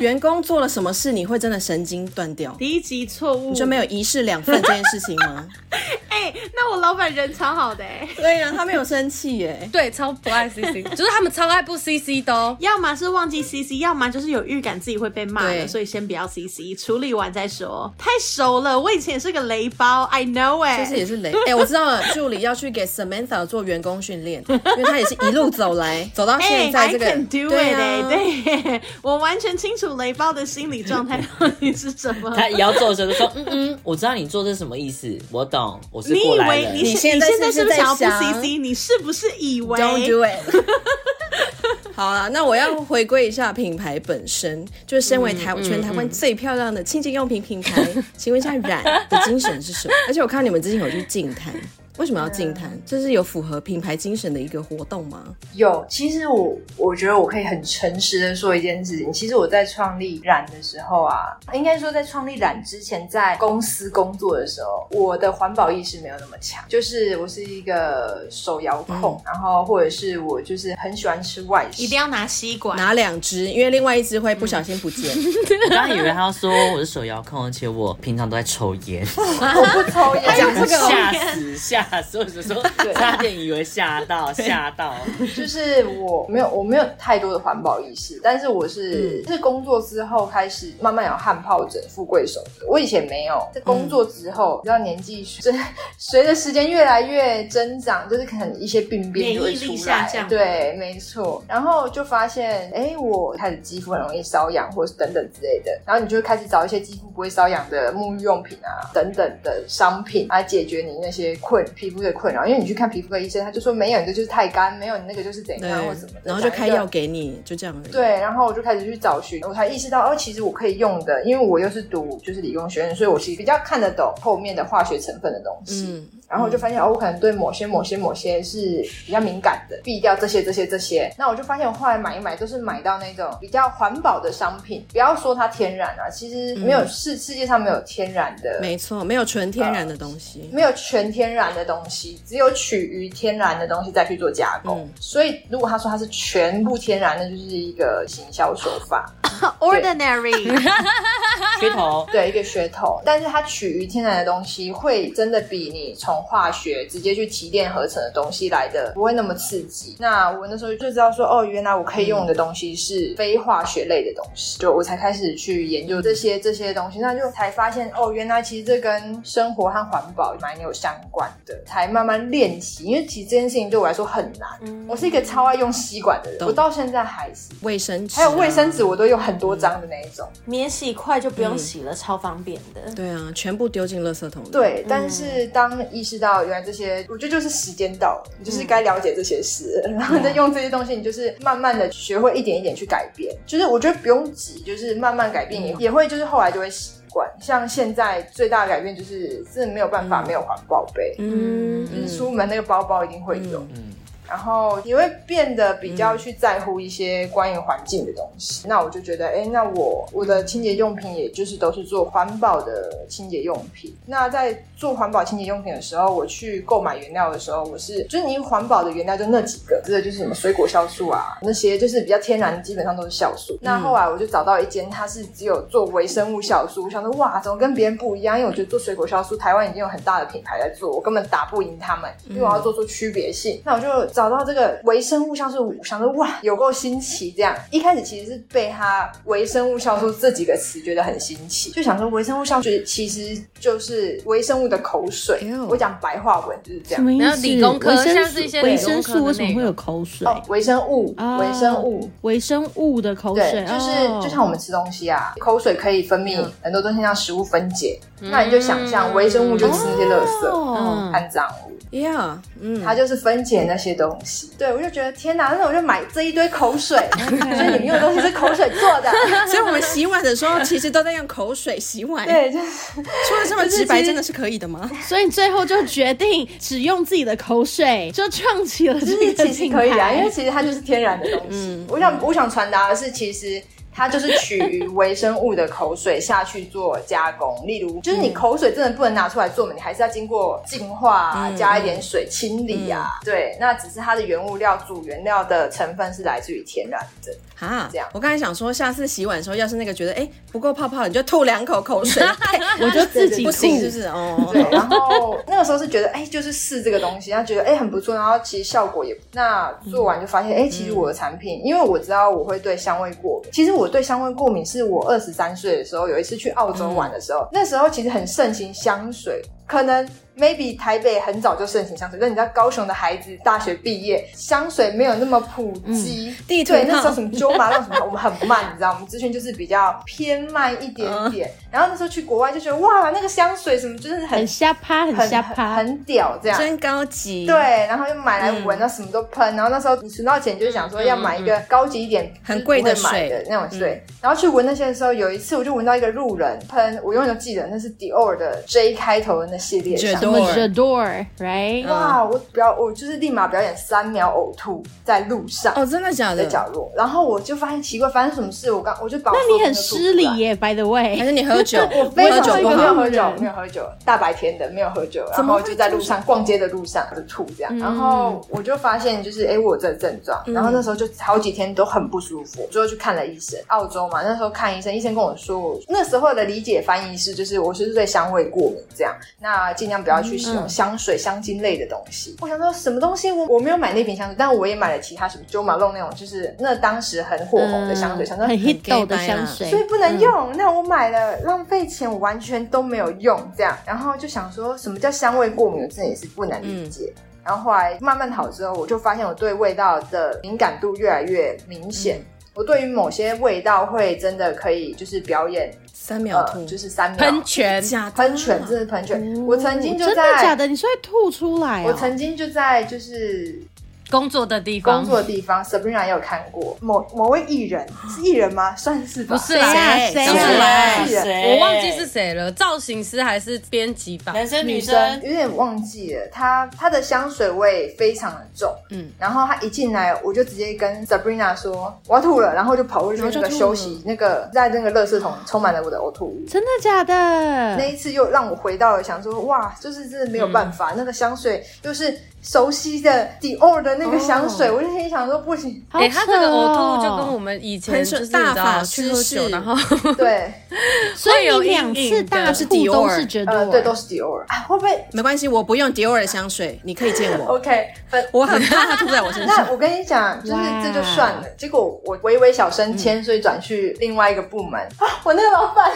员工做了什么事，你会真的神经断掉？第一集错误你就没有一式两份这件事情吗？ 哎、那我老板人超好的哎、对呀、他没有生气耶。对，超不爱 CC，就是他们超爱不 CC 的哦。要么是忘记 CC，要么就是有预感自己会被骂对了，所以先不要 CC，处理完再说。太熟了，我以前也是个雷包，I know 哎、就是也是雷 哎、我知道了，助理要去给 Samantha 做员工训练，因为他也是一路走 来走到哎、现在 i 这个， can do it 对哎、啊，对， 我完全清楚雷包的心理状态 到底是什 么。他也要做的时候就说，嗯嗯，我知道你做这是什么意思，我懂，我是你以过来为人。你你现现在你现在是是不不是是想要不在想 CC？你是不是以为 Don't do it 。好了，那我要回归一下品牌本身，就是身为嗯台、全台湾最漂亮的清洁用品品 牌，请问一下冉的精神是什么？而且我看你们之前有去净滩，为什么要净滩？嗯这是有符合品牌精神的一个活动吗？有，其实我我觉得我可以很诚实的说一件事情。其实我在创立染的时候啊，应该说在创立染之前，在公司工作的时候，我的环保意识没有那么强，就是我是一个手摇控，然后或者是我就是很喜欢吃外食，一定要拿吸管？拿两只，因为另外一只会不小心不见。我刚刚以为他要说我是手摇控，而且我平常都在抽烟，我不抽烟，讲这个哦 吓死吓死！我就说差点以为吓到吓 到，就是我没有我没有太多的环保意识，但是我是、是工作之后开始慢慢有汗疱疹、富贵手的，我以前没有。在工作之后，你知道年纪随随着时间越来越增长，就是可能一些病变就会出免疫力下来降，对，没错。然后就发现，哎，我开始肌肤很容易瘙痒，或是等等之类的，然后你就会开始找一些肌肤不会瘙痒的沐浴用品啊等等的商品来解决你那些困皮肤的困扰。因为你去看皮肤科医生，他就说没有，你这就是太干，没有你那个就是怎样。对然后什么的，然后就开药反正就。给你，就这样而已。对，然后我就开始去找寻，我才意识到哦，其实我可以用的，因为我又是读就是理工学院，所以我其实比较看得懂后面的化学成分的东西。嗯，然后我就发现哦，我可能对某些、某些、某些是比较敏感的，避掉这些、这些、这些。那我就发现，我后来买一买都是买到那种比较环保的商品，不要说它天然啊，其实没有世、世界上没有天然的，嗯没错，没有纯天然的东西。没有全天然的东西，只有取于天然的东西再去做加工。嗯所以如果他说它是全部天然的，就是一个行销手法， Ordinary，噱头。对一个噱头。但是它取于天然的东西，会真的比你从化学直接去提炼合成的东西来的不会那么刺激。那我那时候就知道说，哦，原来我可以用的东西是非化学类的东西，就我才开始去研究这些这些东西，那就才发现哦，原来其实这跟生活和环保蛮有相关的，才慢慢练习。因为其实这件事情对我来说很难，我是一个超爱用吸管的人，懂我到现在还是。卫生纸、啊还有卫生，纸，我都用很多张的那一种。免洗筷就不用洗了，超方便的。嗯对啊，全部丢进垃圾桶里。，对，但是当意识到原来这些，我觉得就是时间到了，你就是该了解这些事 了，然后再用这些东西，你就是慢慢的学会一点一点去改变。就是我觉得不用急，就是慢慢改变也、也会，就是后来就会习惯。像现在最大的改变就是真的没有办法没有环保杯，嗯，就是出门那个包包一定会有，嗯然后也会变得比较去在乎一些关于环境的东西。那我就觉得，哎，那我我的清洁用品也就是都是做环保的清洁用品。那在做环保清洁用品的时候，我去购买原料的时候，我是就是你环保的原料就那几个，这个就是什么水果酵素啊，那些就是比较天然的，基本上都是酵素。那后来我就找到一间，它是只有做微生物酵素，我想说哇，怎么跟别人不一样？因为我觉得做水果酵素，台湾已经有很大的品牌在做，我根本打不赢他们，因为我要做出区别性。那我就找到这个微生物酵素，我想说哇，有够新奇。这样一开始其实是被它微生物酵素这几个词觉得很新奇，就想说微生物酵素其实就是微生物的口水哎呦。我讲白话文就是这样。然后理工科维生像素是一些维理工生科的素为什内么会容有口水？哦，微生物，哦微生物，微生物的口水，对，就是、哦就像我们吃东西啊，口水可以分泌很多东西，让食物分解。那你就想象微生物就吃那些垃圾、嗯哦肮脏物。 ，Yeah，嗯，它就是分解那些东西。对，我就觉得天哪，那我就买这一堆口水，就是里面的东西是口水做的。所以我们洗碗的时候其实都在用口水洗碗。 对，就是说的这么直白，真的是可以的 吗？所以最后就决定只用自己的口水， 就创起了就这是个嗯其品实可以啊，因牌为。其实它就是天然的东西。我想我想传达的是，其实。它就是取于微生物的口水下去做加工，例如就是你口水真的不能拿出来做嘛，你还是要经过净化、啊，嗯加一点水清理啊。对，那只是它的原物料主原料的成分是来自于天然的。啊这样，我刚才想说，下次洗碗的时候，要是那个觉得哎、不够泡泡，你就吐两口口 水，哎我就自己不行是吐不，是？哦，对，然后那个时候是觉得，哎、就是试这个东西，然后觉得哎、很不错，然后其实效果也不那做完就发现，哎、其实我嗯的产品，因为我知道我会对香味过敏，其实我对香味过敏是我二十三岁的时候有一次去澳洲玩的时候，嗯那时候其实很盛行香水，可能。maybe 台北很早就盛行香水，但你知道高雄的孩子大学毕业，香水没有那么普及。嗯地图对，那炮时候什么揪 麻那种什么，我们很慢，你知道，我们资讯就是比较偏慢一点点。嗯然后那时候去国外就觉得哇，那个香水什么就是很很瞎趴，很瞎很趴。很屌这样。真嗯高级，对，，然后就买来闻，那、什么都喷。然后那时候你存到钱，就想说要买一个高级一点、嗯很就是贵不会的买水嗯的那种水。然后去闻那些的时候，有一次我就闻到一个路人喷，我永远都记得那是 Dior 的 J 开头的那系列香什觉么 Door The Door，right？哇！我表我就是立马表演三秒呕吐在路上。哦，真的假在的？角落，然后我就发现奇怪，发生什么事？我刚我就把我那你手很机都吐失出礼来耶，by the 还 way。是你喝酒？ 我非喝常酒醉不没有好，喝酒，没有喝酒，大白天的没有喝酒，然后就在路上逛街的路上就吐这样，然后我就发现就是哎、诶我有这个症状，然后那时候就好几天都很不舒服，最后去看了医生，澳洲嘛，那时候看医生，医生跟我说，我那时候的理解翻译是就是我就是对香味过敏这样，那尽量不要去使用香水、香精类的东西。我想说什么东西我我没有买那瓶香水，但我也买了其他什么 Jo Malone 那种，就是那当时很火红的香水，想说嗯很 hit 很 gay 的掰香啦所以水，不能用。那我买了浪费钱，我完全都没有用这样。然后就想说什么叫香味过敏，我自己也是不能理解。然后后来慢慢好之后，我就发现我对味道的敏感度越来越明显。我对于某些味道会真的可以，就是表演，三秒呃吐，，就是三秒喷泉，假的喷泉，真的喷嗯泉。我曾经就真的假在，的？你是会吐出来我哦？曾经就在就是工作的地方工，作的地方，Sabrina 也有看过某某位艺人，是艺人吗？算是吧，不是啊，啊谁谁讲啊出来？是我忘记是谁了，造型师还是编辑吧？男生女女生生，有点忘记了，它它的香水味非常的重，嗯，然后它一进来我就直接跟 Sabrina 说我要吐了，然后就跑过去那个休息那个在那个垃圾桶充满了我的呕吐物。真的假的那？一次又让我回到了想说，哇，就是真的没有办法，那个香水又是熟悉的 Dior 的那个香水，我就心里想说不行，好哎、他这个扯呕哦吐就跟我们以前喷就是水你知道大法去喝失事酒，然后对，所以会有你两阴影次的大是吐都 Dior 是觉呃，得对，都是 Dior，啊，会不会没关系，我不用 Dior 的香水，你可以见我。 OK？反我很怕它吐在我身上那。我跟你讲，就是哇嗯这就算了。结果我微微小升迁，所以转去另外一个部门。啊，我那个老板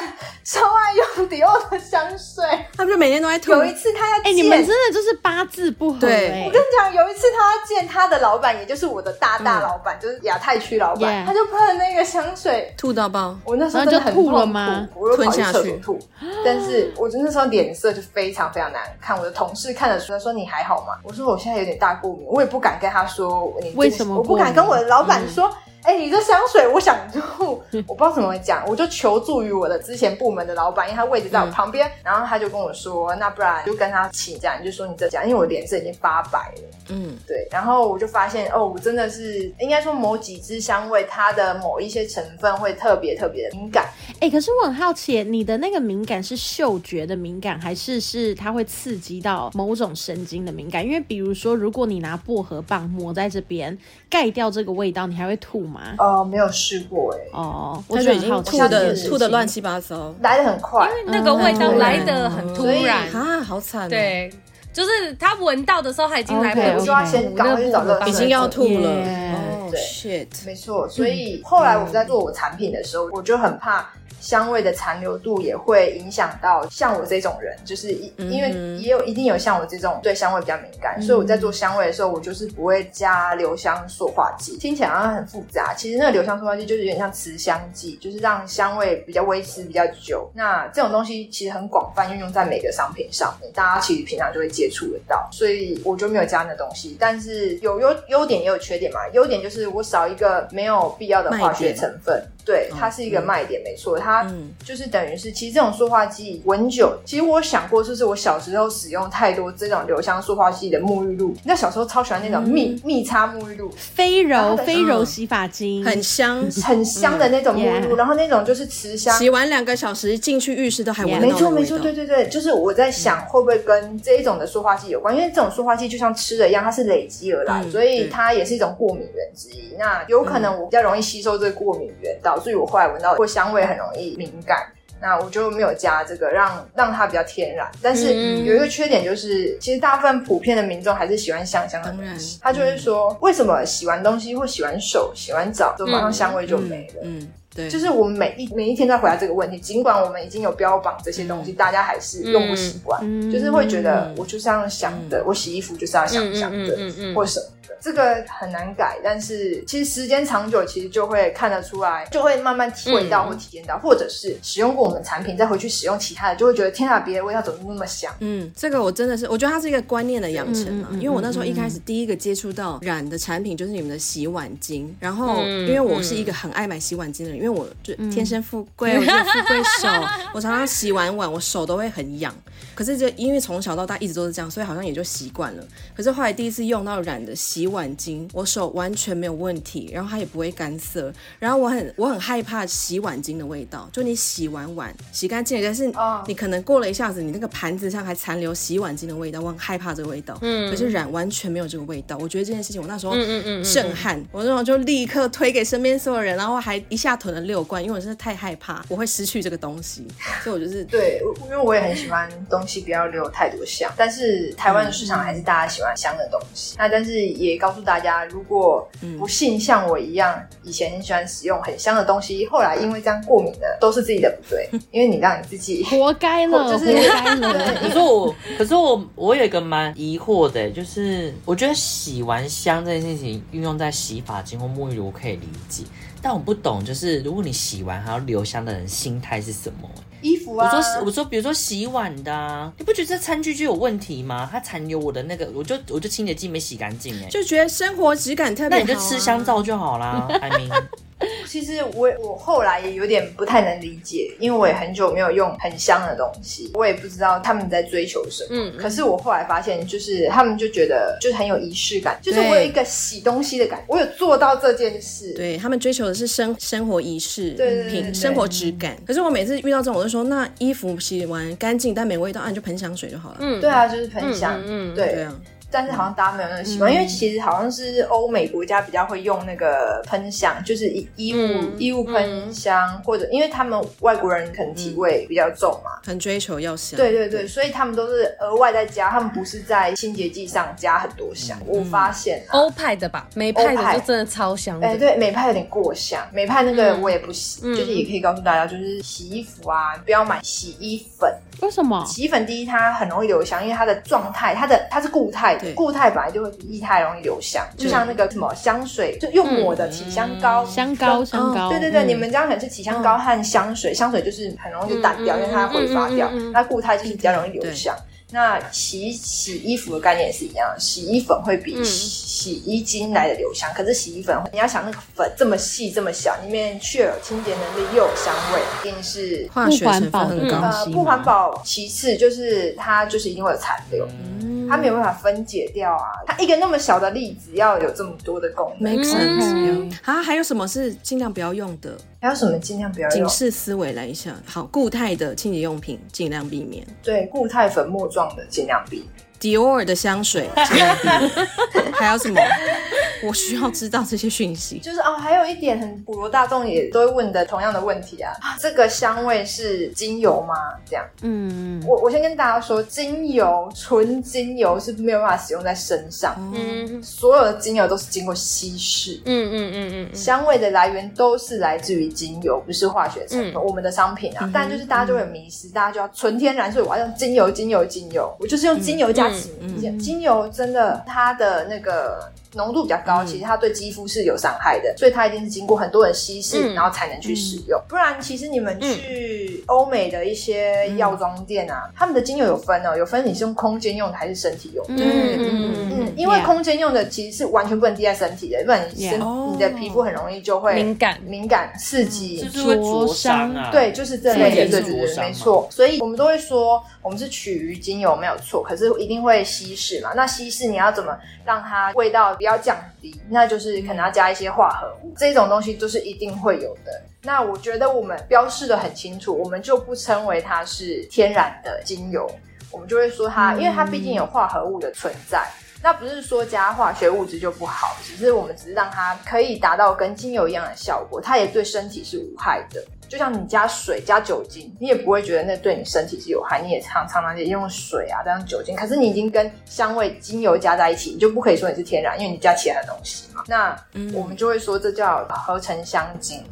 超爱用迪奥的香水。他不是每天都在吐？有一次他要哎、见，你我跟们你真的就是八字不合、对哎讲，有一次他要见他的老板，也就是我的大大老板，就是亚太区老板嗯 Yeah 他就喷那个香水。 吐到爆，我那时候真的很然后就吐了痛苦吗我又跑去厕所吞下去吐，但是我那时候脸色就非常非常难看。我的同事看得出来说：“你还好吗？”我说：“我现在有点大过敏。”我也不敢跟他说你这个为什么嗯我不敢过跟敏我的老板说。哎、你这香水我想吐，我不知道怎么讲，我就求助于我的之前部门的老板，因为他位置在嗯我旁边，然后他就跟我说，那不然就跟他请假，你就说你这讲，因为我脸色已经发白了，嗯，对，然后我就发现哦，我真的是应该说某几支香味，它的某一些成分会特别特别的敏感。哎、可是我很好奇，你的那个敏感是嗅觉的敏感，还是是它会刺激到某种神经的敏感？因为比如说，如果你拿薄荷棒抹在这边，盖掉这个味道，你还会吐吗？呃，没有试过哎、哦，我他觉得就已很经好奇吐这件的事情吐的乱。七八糟来的很快，那个味道来的很突然，啊，好惨哦！对，就是他闻到的时候他已经来不我及就要先赶快去找乐嗯色，已经要吐了。 Yeah 哦哦、对 shit，没错，嗯所以后来我在做我产品的时候，我就很怕香味的残留度也会影响到像我这种人，就是一因为也有一定有像我这种对香味比较敏感，所以我在做香味的时候，我就是不会加留香塑化剂。听起来好像很复杂，其实那个留香塑化剂就是有点像持香剂，就是让香味比较维持比较久。那这种东西其实很广泛运用在每个商品上面，大家其实平常就会接触得到，所以我就没有加那东西。但是有优优点也有缺点嘛，优点就是我少一个没有必要的化学成分。对，它是一个卖点，没错。它嗯就是等于是，其实这种塑化剂闻久，其实我想过，就是我小时候使用太多这种留香塑化剂的沐浴露。那小时候超喜欢那种蜜、蜜擦沐浴露，飞柔它的嗯飞柔洗发精，很香。很香的那种沐浴露， Yeah 然后那种就是持香，洗完两个小时进去浴室都还闻 Yeah 到没那个错，没味错，道。嗯对对对，就是我在想会不会跟这一种的塑化剂有关，因为这种塑化剂就像吃的一样，它是累积而来，嗯所以它也是一种过敏源之一。那有可能我比较容易吸收这个过敏源，导致于我后来闻到或香味很容易敏感。那我就没有加这个，让让它比较天然。但是嗯有一个缺点就是，其实大部分普遍的民众还是喜欢香香的当然嗯东西。他就会说，为什么洗完东西或洗完手、洗完澡，就马上香味就没了？嗯，对，就是我们每一每一天都在回答这个问题，尽管我们已经有标榜这些东嗯西，大家还是用不习惯，嗯就是会觉得我就是要想的，我洗衣服就是要想想的，嗯嗯或什么的，这个很难改。但是其实时间长久，其实就会看得出来，就会慢慢体会嗯到或体验到，或者是使用过我们产品再回去使用其他的，就会觉得天啊，别的味道怎么那么香？嗯，这个我真的是，我觉得它是一个观念的养成啊。因为我那时候一开始第一个接触到染的产品就是你们的洗碗巾，然后因为我是一个很爱买洗碗巾的人，因为我就天生富贵，我就是富贵手，我常常洗完碗我手都会很痒。可是就因为从小到大一直都是这样，所以好像也就习惯了。可是后来第一次用到染的洗碗巾，我手完全没有问题，然后它也不会干涩。然后我很 我很害怕洗碗巾的味道，就你洗完碗洗干净了，但是哦你可能过了一下子，你那个盘子上还残留洗碗巾的味道，我很害怕这个味道。嗯，可是染完全没有这个味道，我觉得这件事情我那时候震撼，我那时候就立刻推给身边所有人，然后还一下囤了六罐，因为我真的太害怕我会失去这个东西，所以我就是对，我因为我也很喜欢东西不要留太多香，但是台湾的市场还是大家喜欢香的东西。嗯那但是也告诉大家，如果不幸像我一样，以前很喜欢使用很香的东西，后来因为这样过敏的，都是自己的不嗯对，因为你让你自己。 活该了，就是活该了。对可是我，可是我，我有一个蛮疑惑的，就是我觉得洗完香这件事情运用在洗发精或沐浴露我可以理解，但我不懂，就是如果你洗完还要留香的人心态是什么？衣服我啊，说洗，我说，比如说洗碗的、啊，你不觉得这餐具就有问题吗？它残留我的那个，我就我就清洁剂没洗干净哎，就觉得生活质感特别那好、啊你就吃香。皂就好啊啦。I mean，其实我我后来也有点不太能理解，因为我也很久没有用很香的东西，我也不知道他们在追求什么。嗯可是我后来发现，就是他们就觉得就是很有仪式感，就是对我有一个洗东西的感觉，我有做到这件事。对他们追求的是生生活仪式、对对对品对生活质感。可是我每次遇到这种，我就说，那衣服洗完干净但没味道，啊，你就喷香水就好了。嗯，对啊，就是喷香，嗯嗯嗯嗯对。对啊，但是好像大家没有那个习惯，因为其实好像是欧美国家比较会用那个喷香，就是衣衣物、嗯衣物喷香，或者因为他们外国人可能体味比较重嘛，很追求要香。对对对，所以他们都是额外再加，他们不是在清洁剂上加很多香。我发现啊，欧派的吧，美派的就真的超香的。哎、对，美派有点过香，美派那个嗯我也不洗，嗯就是也可以告诉大家，就是洗衣服啊，不要买洗衣粉。为什哦么？洗衣粉第一，它很容易留香，因为它的状态，它的它是固态的对，固态本来就会比液态容易留香，就像那个什么香水，就用抹的体香膏，香膏，香膏，哦对对对，嗯你们这样可能是体香膏和香水，香水就是很容易就淡掉，嗯因为它挥发掉嗯嗯嗯嗯；那固态就是比较容易留香。那洗洗衣服的概念也是一样，洗衣粉会比嗯洗衣精来的留香，可是洗衣粉你要想那个粉这么细这么小，里面却有清洁能力又有香味，一定是化学成分很不环高保。呃西嗯吗不环保。其次就是它就是一定会有残留，嗯它没有办法分解掉啊。它一个那么小的粒子要有这么多的功能， make sense 嗯哦啊，还有什么是尽量不要用的？还有什么尽量不要警用？示思维来一下。好，固态的清洁用品尽量避免。对，固态粉末状的尽量避免。 迪奥尔的香水尽量避免，还有什么？我需要知道这些讯息。就是哦，还有一点很普罗大众也都会问的同样的问题啊，啊这个香味是精油吗？这样，嗯，我我先跟大家说，精油纯精油是没有办法使用在身上，嗯所有的精油都是经过稀释。嗯嗯嗯嗯嗯，香味的来源都是来自于精油，不是化学成分。嗯我们的商品啊，但就是大家就会有迷失，大家就要纯天然，所以我要用精油，精油，精油，我就是用精油加洗明精。精油真的它的那个。浓度比较高，其实它对肌肤是有伤害的，所以它一定是经过很多人稀释，嗯然后才能去使用。不然，其实你们去欧美的一些药妆店啊，他们的精油有分哦，有分你是用空间用的还是身体用的。嗯嗯嗯，因为空间用的其实是完全不能滴在身体的，不然你身 Yeah 哦你的皮肤很容易就会敏感嗯敏感刺激。就是会灼伤啊，对，，就是这类的，对对对，是没错。所以我们都会说，我们是取于精油没有错，可是一定会稀释嘛。那稀释你要怎么让它味道不要降低？那就是可能要加一些化合物，这种东西都是一定会有的。那我觉得我们标示的很清楚，我们就不称为它是天然的精油，我们就会说它，因为它毕竟有化合物的存在。那不是说加化学物质就不好，只是我们只是让它可以达到跟精油一样的效果，它也对身体是无害的。就像你加水加酒精，你也不会觉得那对你身体是有害，你也常常常也用水啊，加上酒精，可是你已经跟香味精油加在一起，你就不可以说你是天然，因为你加其他的东西嘛。那我们就会说这叫合成香精。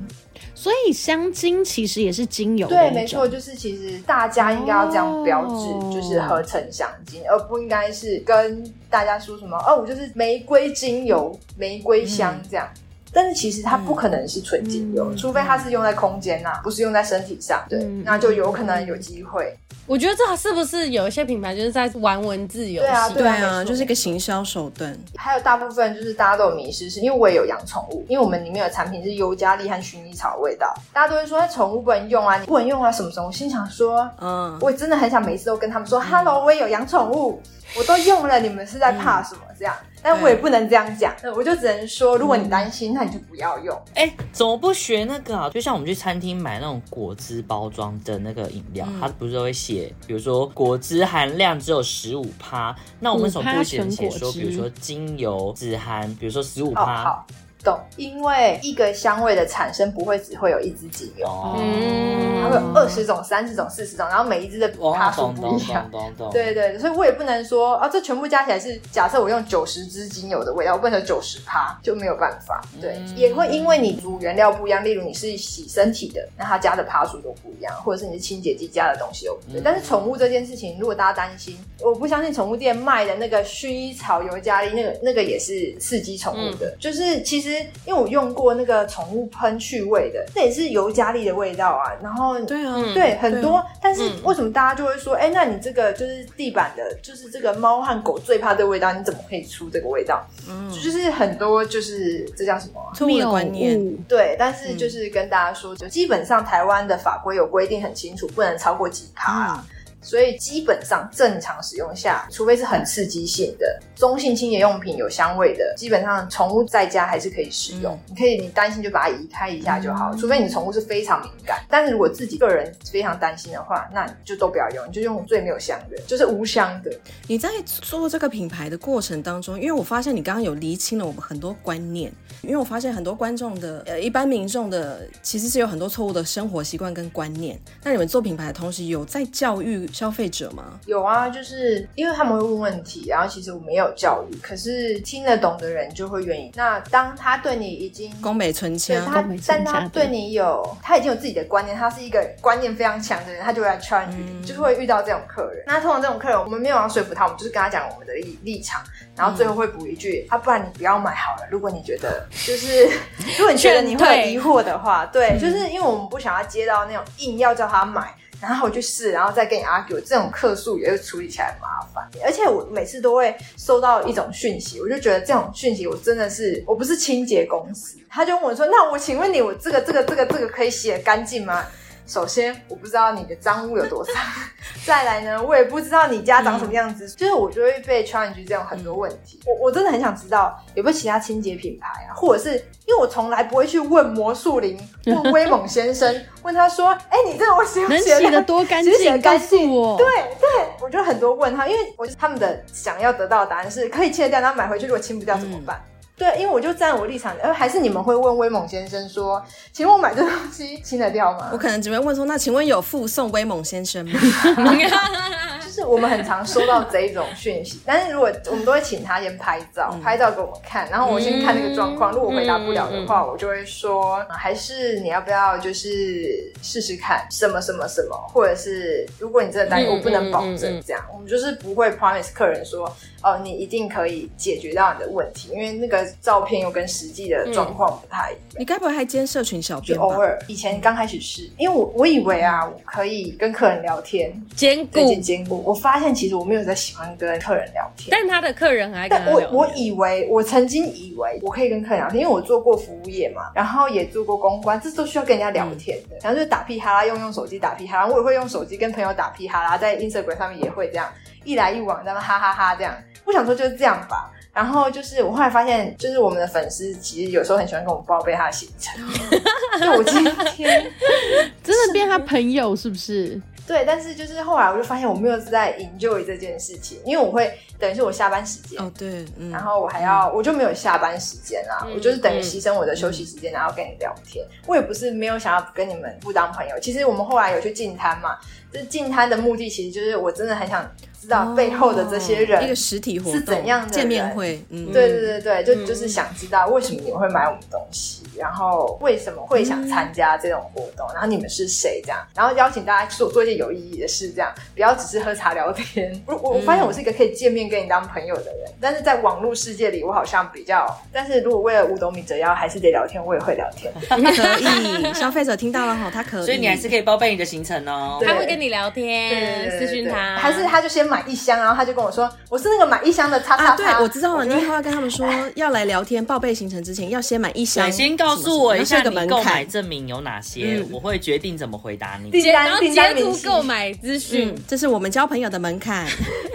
所以香精其实也是精油的对，一没错，种，就是其实大家应该要这样标志，哦就是合成香精，而不应该是跟大家说什么哦，我就是玫瑰精油、玫瑰香这样。但是其实它不可能是纯精油，嗯除非它是用在空间呐、不是用在身体上。对，嗯那就有可能有机会。我觉得这是不是有一些品牌就是在玩文字游对啊，戏？对对啊，啊，没错就是一个行销手段。还有大部分就是大家都有迷失，是因为我也有养宠物，因为我们里面有产品是尤加利和薰衣草的味道，大家都会说哎宠物不能用啊，你不能用啊什么什么。我心想说，嗯，我真的很想每一次都跟他们说、嗯 h e l l o 我也有养宠物，我都用了，你们是在怕嗯什么这样？但我也不能这样讲，我就只能说，如果你担嗯心，那你就不要用。哎、怎么不学那个啊？就像我们去餐厅买那种果汁包装的那个饮嗯料，它不是都会写，比如说果汁含量只有十五趴，那我们为什么不写5%写说，纯果汁比如说精油只含，比如说十五哦，趴？好，懂。因为一个香味的产生不会只会有一支精油，哦，它嗯会有二十种、三十种、四十种，然后每一支的哦趴数懂不懂一样懂。懂懂，对对，对所以我也不能说啊，这全部加起来是假设我用九十支精油的味道，我不能九十趴就没有办法。对，也会因为你煮原料不一样，例如你是洗身体的，那它加的趴数都不一样，或者是你是清洁剂加的东西都不对。但是宠物这件事情，如果大家担心，我不相信宠物店卖的那个薰衣草尤加利那个那个也是刺激宠物的，就是其实因为我用过那个宠物喷去味的，那也是尤加利的味道啊，然后对啊，嗯对，很多。但是嗯为什么大家就会说，哎、那你这个就是地板的，就是这个猫和狗最怕这个味道，你怎么可以出这个味道？嗯，就是很多就是这叫什么啊、错误的观念。谬误对，但是就是跟大家说，就基本上台湾的法规有规定很清楚，不能超过几趴啦。所以基本上正常使用下，除非是很刺激性的中性清洁用品有香味的，基本上宠物在家还是可以使用。你可以，你担心就把它移开一下就好，除非你宠物是非常敏感。但是如果自己个人非常担心的话，那你就都不要用，你就用最没有香的，就是无香的。你在做这个品牌的过程当中，因为我发现你刚刚有厘清了我们很多观念，因为我发现很多观众的呃一般民众的其实是有很多错误的生活习惯跟观念。那你们做品牌的同时，有在教育消费者吗？有啊，就是因为他们会问问题，然后其实我们也有教育，可是听得懂的人就会愿意。那当他对你已经宫北纯对枪，他都没，增但加他的对你有，他已经有自己的观念，他是一个观念非常强的人，他就会来 challenge，你、就是会遇到这种客人。那通常这种客人，我们没有要说服他，我们就是跟他讲我们的立立场，然后最嗯后会补一句：啊，不然你不要买好了。如果你觉得就是，如果你觉得你劝会退嗯疑惑的话，对，就是因为我们不想要接到那种硬要叫他买。然后我去试，然后再跟你 argue，这种客诉也会处理起来很麻烦。而且我每次都会收到一种讯息，我就觉得这种讯息我真的是，我不是清洁公司，他就问我说：“那我请问你，我这个这个这个这个可以洗得干净吗？”首先，我不知道你的脏污有多脏， 再来呢，我也不知道你家长什么样子，就是我就会被 challenge 这种很多问题。我我真的很想知道有没有其他清洁品牌啊，或者是因为我从来不会去问魔术林、问威猛先生，问他说：“哎、你这个我洗不能洗得洗干的多干其实写得净，干告净诉我。 对对，我就很多问他，因为我就是他们的想要得到的答案是可以清得掉，然后买回去如果清不掉怎么办？对，因为我就站我立场，呃，还是你们会问威猛先生说，请问我买这东西清得掉吗我？可能只会问说，那请问有附送威猛先生 吗？就是我们很常收到这一种讯息，但是如果我们都会请他先拍照，嗯拍照给我们看，然后我先看那个状况，如果回答不了的话，我就会说、呃还是你要不要就是试试看什么什么什么，或者是如果你真的担心，嗯我不能保证嗯嗯嗯这样，我们就是不会 promise 客人说哦，你一定可以解决到你的问题，因为那个照片又跟实际的状况不太一样。你该不会还兼社群小就编吧？偶尔，以前刚开始是，因为我我以为啊，我可以跟客人聊天，兼对，顾兼，兼顾。我发现其实我没有在喜欢跟客人聊天，但他的客人还跟但他我聊我以为我曾经以为我可以跟客人聊天，因为我做过服务业嘛，然后也做过公关，这都需要跟人家聊天嗯的。然后就打屁哈啦，用用手机打屁哈啦，我也会用手机跟朋友打屁哈啦，在 Instagram 上面也会这样一来一往，这样哈哈哈这样。我想说就是这样吧。然后就是我后来发现，就是我们的粉丝其实有时候很喜欢跟我们报备他的行 程。就我今天真的变他朋友是不是？对，但是就是后来我就发现我没有在 enjoy 这件事情，因为我会等于是我下班时间，哦，对，嗯，然后我还要我就没有下班时间啦，我就是等于牺牲我的休息时间，然后跟你聊天。我也不是没有想要跟你们不当朋友，其实我们后来有去进摊嘛，这进摊的目的其实就是我真的很想知道哦背后的这些人。一个实体活动是怎样的见面人会？嗯，对对对对，就就是想知道为什么你们会买我们东西，然后为什么会嗯想参加这种活动，然后你们是谁这样，然后邀请大家做做一些有意义的事，这样不要只是喝茶聊天。我我我发嗯现我是一个可以见面跟你当朋友的人，但是在网络世界里，我好像比较，但是如果为了五斗米折腰，还是得聊天，我也会聊天。嗯可以，消费者听到了哈，他可以，所以你还是可以报备你的行程哦。对他会跟你聊对对对天，对私讯对他，还是他就先买一箱，然后他就跟我说我是那个买一箱的叉叉啊，对叉，，我知道了，就你以后要跟他们说，要来聊天报备行程之前，要先买一箱什么什对，么，先哎告诉我一下然后设个你购门买槛。证明有哪些，我会决定怎么回答你。订然单后订截单明图细，购买资讯嗯，，这是我们交朋友的门 槛，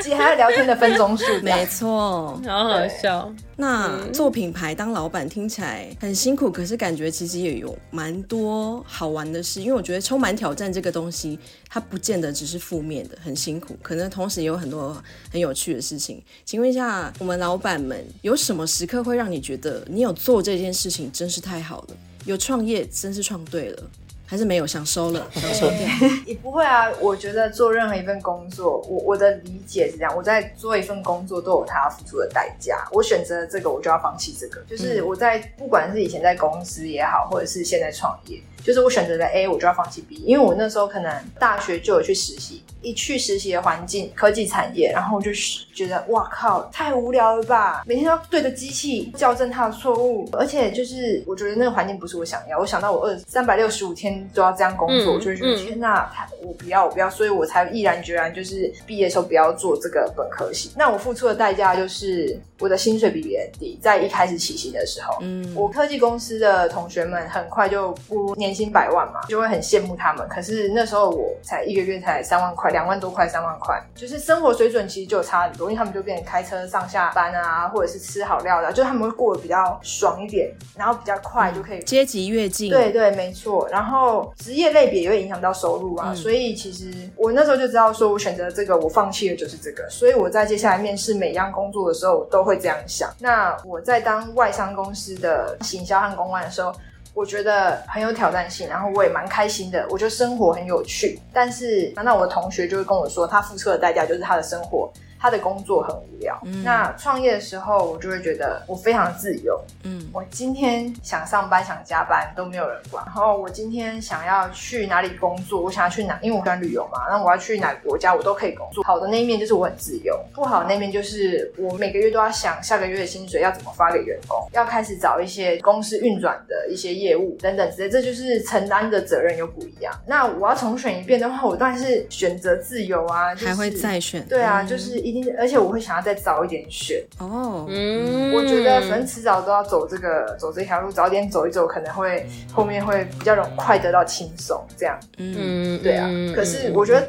及还有聊天的分钟数，这样没嗯错。好好笑。那做品牌当老板听起来很辛苦，可是感觉其实也有蛮多好玩的事，因为我觉得充满挑战这个东西，它不见得只是负面的，很辛苦，可能同时也有很多很有趣的事情。请问一下，我们老板们有什么时刻会让你觉得你有做这件事情真是太好了，有创业真是创对了，还是没有想收了，想收掉？也不会啊，我觉得做任何一份工作，我我的理解是这样，我在做一份工作都有它要付出的代价。我选择了这个，我就要放弃这个。嗯就是我在不管是以前在公司也好，或者是现在创业，就是我选择了 A，我就要放弃 B，因为我那时候可能大学就有去实习，一去实习的环境科技产业，然后我就是觉得哇靠，太无聊了吧，每天都要对着机器校正它的错误，而且就是我觉得那个环境不是我想要，我想到我二三百六十五天都要这样工作，嗯我就会觉得嗯天那他我不要，我不要，所以我才毅然决然就是毕业的时候不要做这个本科系。那我付出的代价就是我的薪水比别人低，在一开始起薪的时候，嗯，我科技公司的同学们很快就步入年薪百万嘛，就会很羡慕他们。可是那时候我才一个月才三万块，两万多块，三万块，就是生活水准其实就有差很多，因为他们就变成开车上下班啊，或者是吃好料的啊，就他们会过得比较爽一点，然后比较快就可以阶级跃进，对对，没错。然后职业类别也会影响到收入啊，嗯所以其实我那时候就知道，说我选择这个，我放弃的就是这个。所以我在接下来面试每一样工作的时候，我都会这样想。那我在当外商公司的行销和公关的时候。我觉得很有挑战性，然后我也蛮开心的。我觉得生活很有趣，但是那我的同学就会跟我说，他付出的代价就是他的生活，他的工作很无聊。那创业的时候，我就会觉得我非常自由，嗯，我今天想上班想加班都没有人管，然后我今天想要去哪里工作，我想要去哪，因为我喜欢旅游嘛，那我要去哪个国家我都可以工作。好的那一面就是我很自由，不好的那一面就是我每个月都要想下个月的薪水要怎么发给员工，要开始找一些公司运转的一些业务等等之类，这就是承担的责任又不一样。那我要重选一遍的话，我当然是选择自由啊，就是、还会。再选，对啊，嗯就是一定，而且我会想要再早一点选，哦，嗯，我觉得反正迟早都要走这个走这条路，早点走一走，可能会后面会比较容快得到轻松这样。嗯嗯，对啊，嗯可是我觉得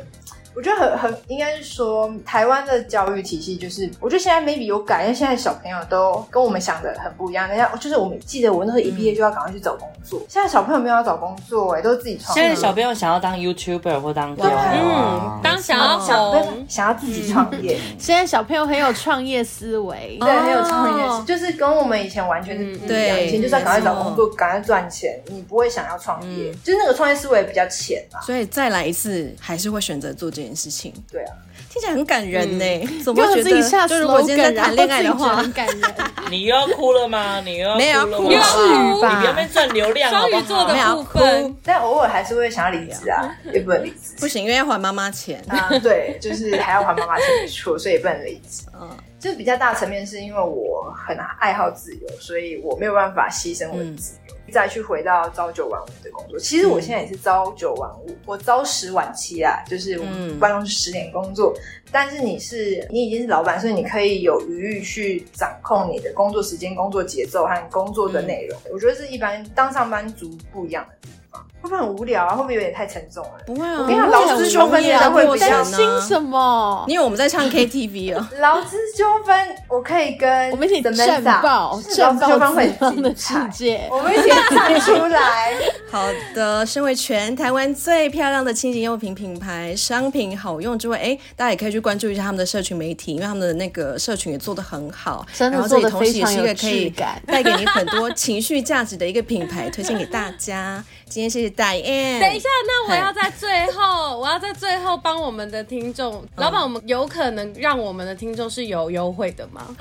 我觉得很很应该是说台湾的教育体系，就是我觉得现在 maybe 有改，因为现在小朋友都跟我们想的很不一样。人家就是我们记得我那时候一嗯毕业就要赶快去找工作，现在小朋友没有要找工作、哎，都是自己创业。现在小朋友想要当 YouTuber 或当 KOL，啊嗯，当想要小朋友红，想要自己创 业，现在小朋友很有创业思维，对，很有创业，就是跟我们以前完全是不一样。对以前就是要赶快找工作，赶快赚钱，你不会想要创业，就是那个创业思维比较浅啊。所以再来一次，还是会选择做这件事情。对啊，听起来很感人呢、 怎么给会我觉嗯自己得？下就如果今天 slogan，在谈恋爱的话，然后自己觉得很感人。你又要哭了吗？你又要没有哭哭了吗？了至于你不要吧？被赚流量好啊双不鱼座好？的部分，但偶尔还是会想要离职啊，也不能离职。不行，因为要还妈妈钱。啊，对，就是还要还妈妈钱，没错，所以也不能离职。嗯嗯，就比较大层面是因为我很爱好自由，所以我没有办法牺牲我的自由，再去回到朝九晚五的工作。其实我现在也是朝九晚五，我朝十晚七啊，就是我嗯们办公室十点工作。但是你是你已经是老板，所以你可以有余裕去掌控你的工作时间、工作节奏和工作的内容。我觉得是一般当上班族不一样的地方，会不会很无聊啊？会不会有点太沉重了？不会啊，我跟你讲劳资纠纷真的会比较难担心什么？啊因为我们在唱 KTV 哦，劳资纠纷，我可以跟我们一起 Samantha，战爆，就是劳战资纠纷爆会资方的很世精彩，界。我们一起站出来。 好的，身为全台湾最漂亮的清洁用品品牌，商品好用之外，哎，大家也可以去关注一下他们的社群媒体，因为他们的那个社群也做得很好，真的然后这里做得同时也非常是一有个可以质感 带给你很多情绪价值的一个品牌，推荐给大家。今天谢谢 Diane，等一下，那我要在最后，我要在最后帮我们的听嗯众，老板，我们有可能让我们的听众是有优惠的吗？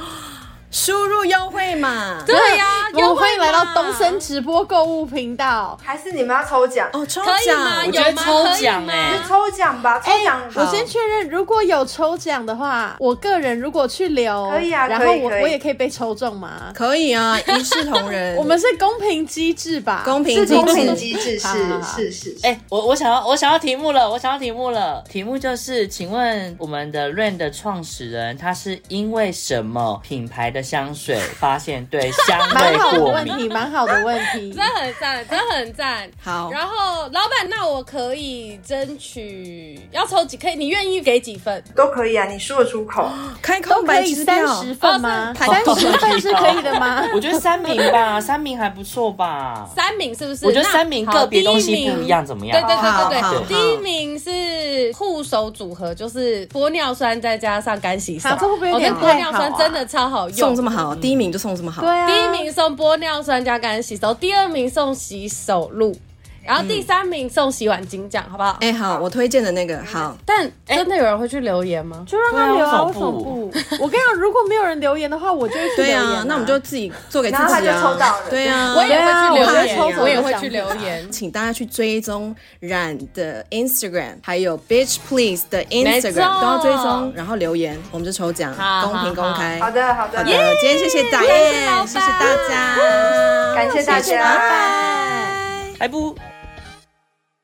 输入优惠码，对呀，啊我优们惠欢迎来到嘛东森，直播购物频道。还是你们要抽奖？哦，抽可以吗？奖，觉得有吗？抽可以奖吗就欸抽奖吧，抽奖。哎我先确认，如果有抽奖的话，我个人如果去留，可以啊然后可以我可以我也可以被抽中吗？可以啊，一视同仁， 我们是公平机制吧？公平是竞公争平机制，好好是好是是。哎、我我想要我想要题目了，我想要题目了。题目就是，请问我们的 Rain 的创始人，他是因为什么品牌的香水发现对香蛮好味的过问敏？ 题，蛮好的问题真。的很赞，真的很赞。好然后老板，那我可以争取要抽几？可以，你愿意给几份？都可以啊，你说得出口，开都空可白以支三票，十份吗？太三高十份是可以的吗？我觉得三名吧，三名还不错吧。三名是不是？我觉得那三名好个别第一东西不名一样，怎么对样？对对好好对对，好第一名是护手组合，就是玻尿酸再加上干洗啊手，这会不会有我跟点玻太尿好啊酸真的超好送用这。么好，第一名就送这么好，对啊，第一名送玻尿酸加干洗手，第二名送洗手露，然后第三名送洗碗巾这样好不好？哎，好，我推荐的那个好。但真的有人会去留言吗？就让他留啊，为为什什么么不不？我跟你讲，如果没有人留言的话，我就会去留对言啊啊。，那我们就自己做给自己然后他就啊抽到了对啊，我也会去留对啊我也会抽言，走我也的会奖去品留言。请大家去追踪冉的 Instagram，还有 Bitch Please 的没错 Instagram 都要追踪，然后留言，我们就抽奖，好公平好公开。好，的好的，今天谢谢打谢谢老燕，板谢谢大家，感谢大家啊拜拜。还不。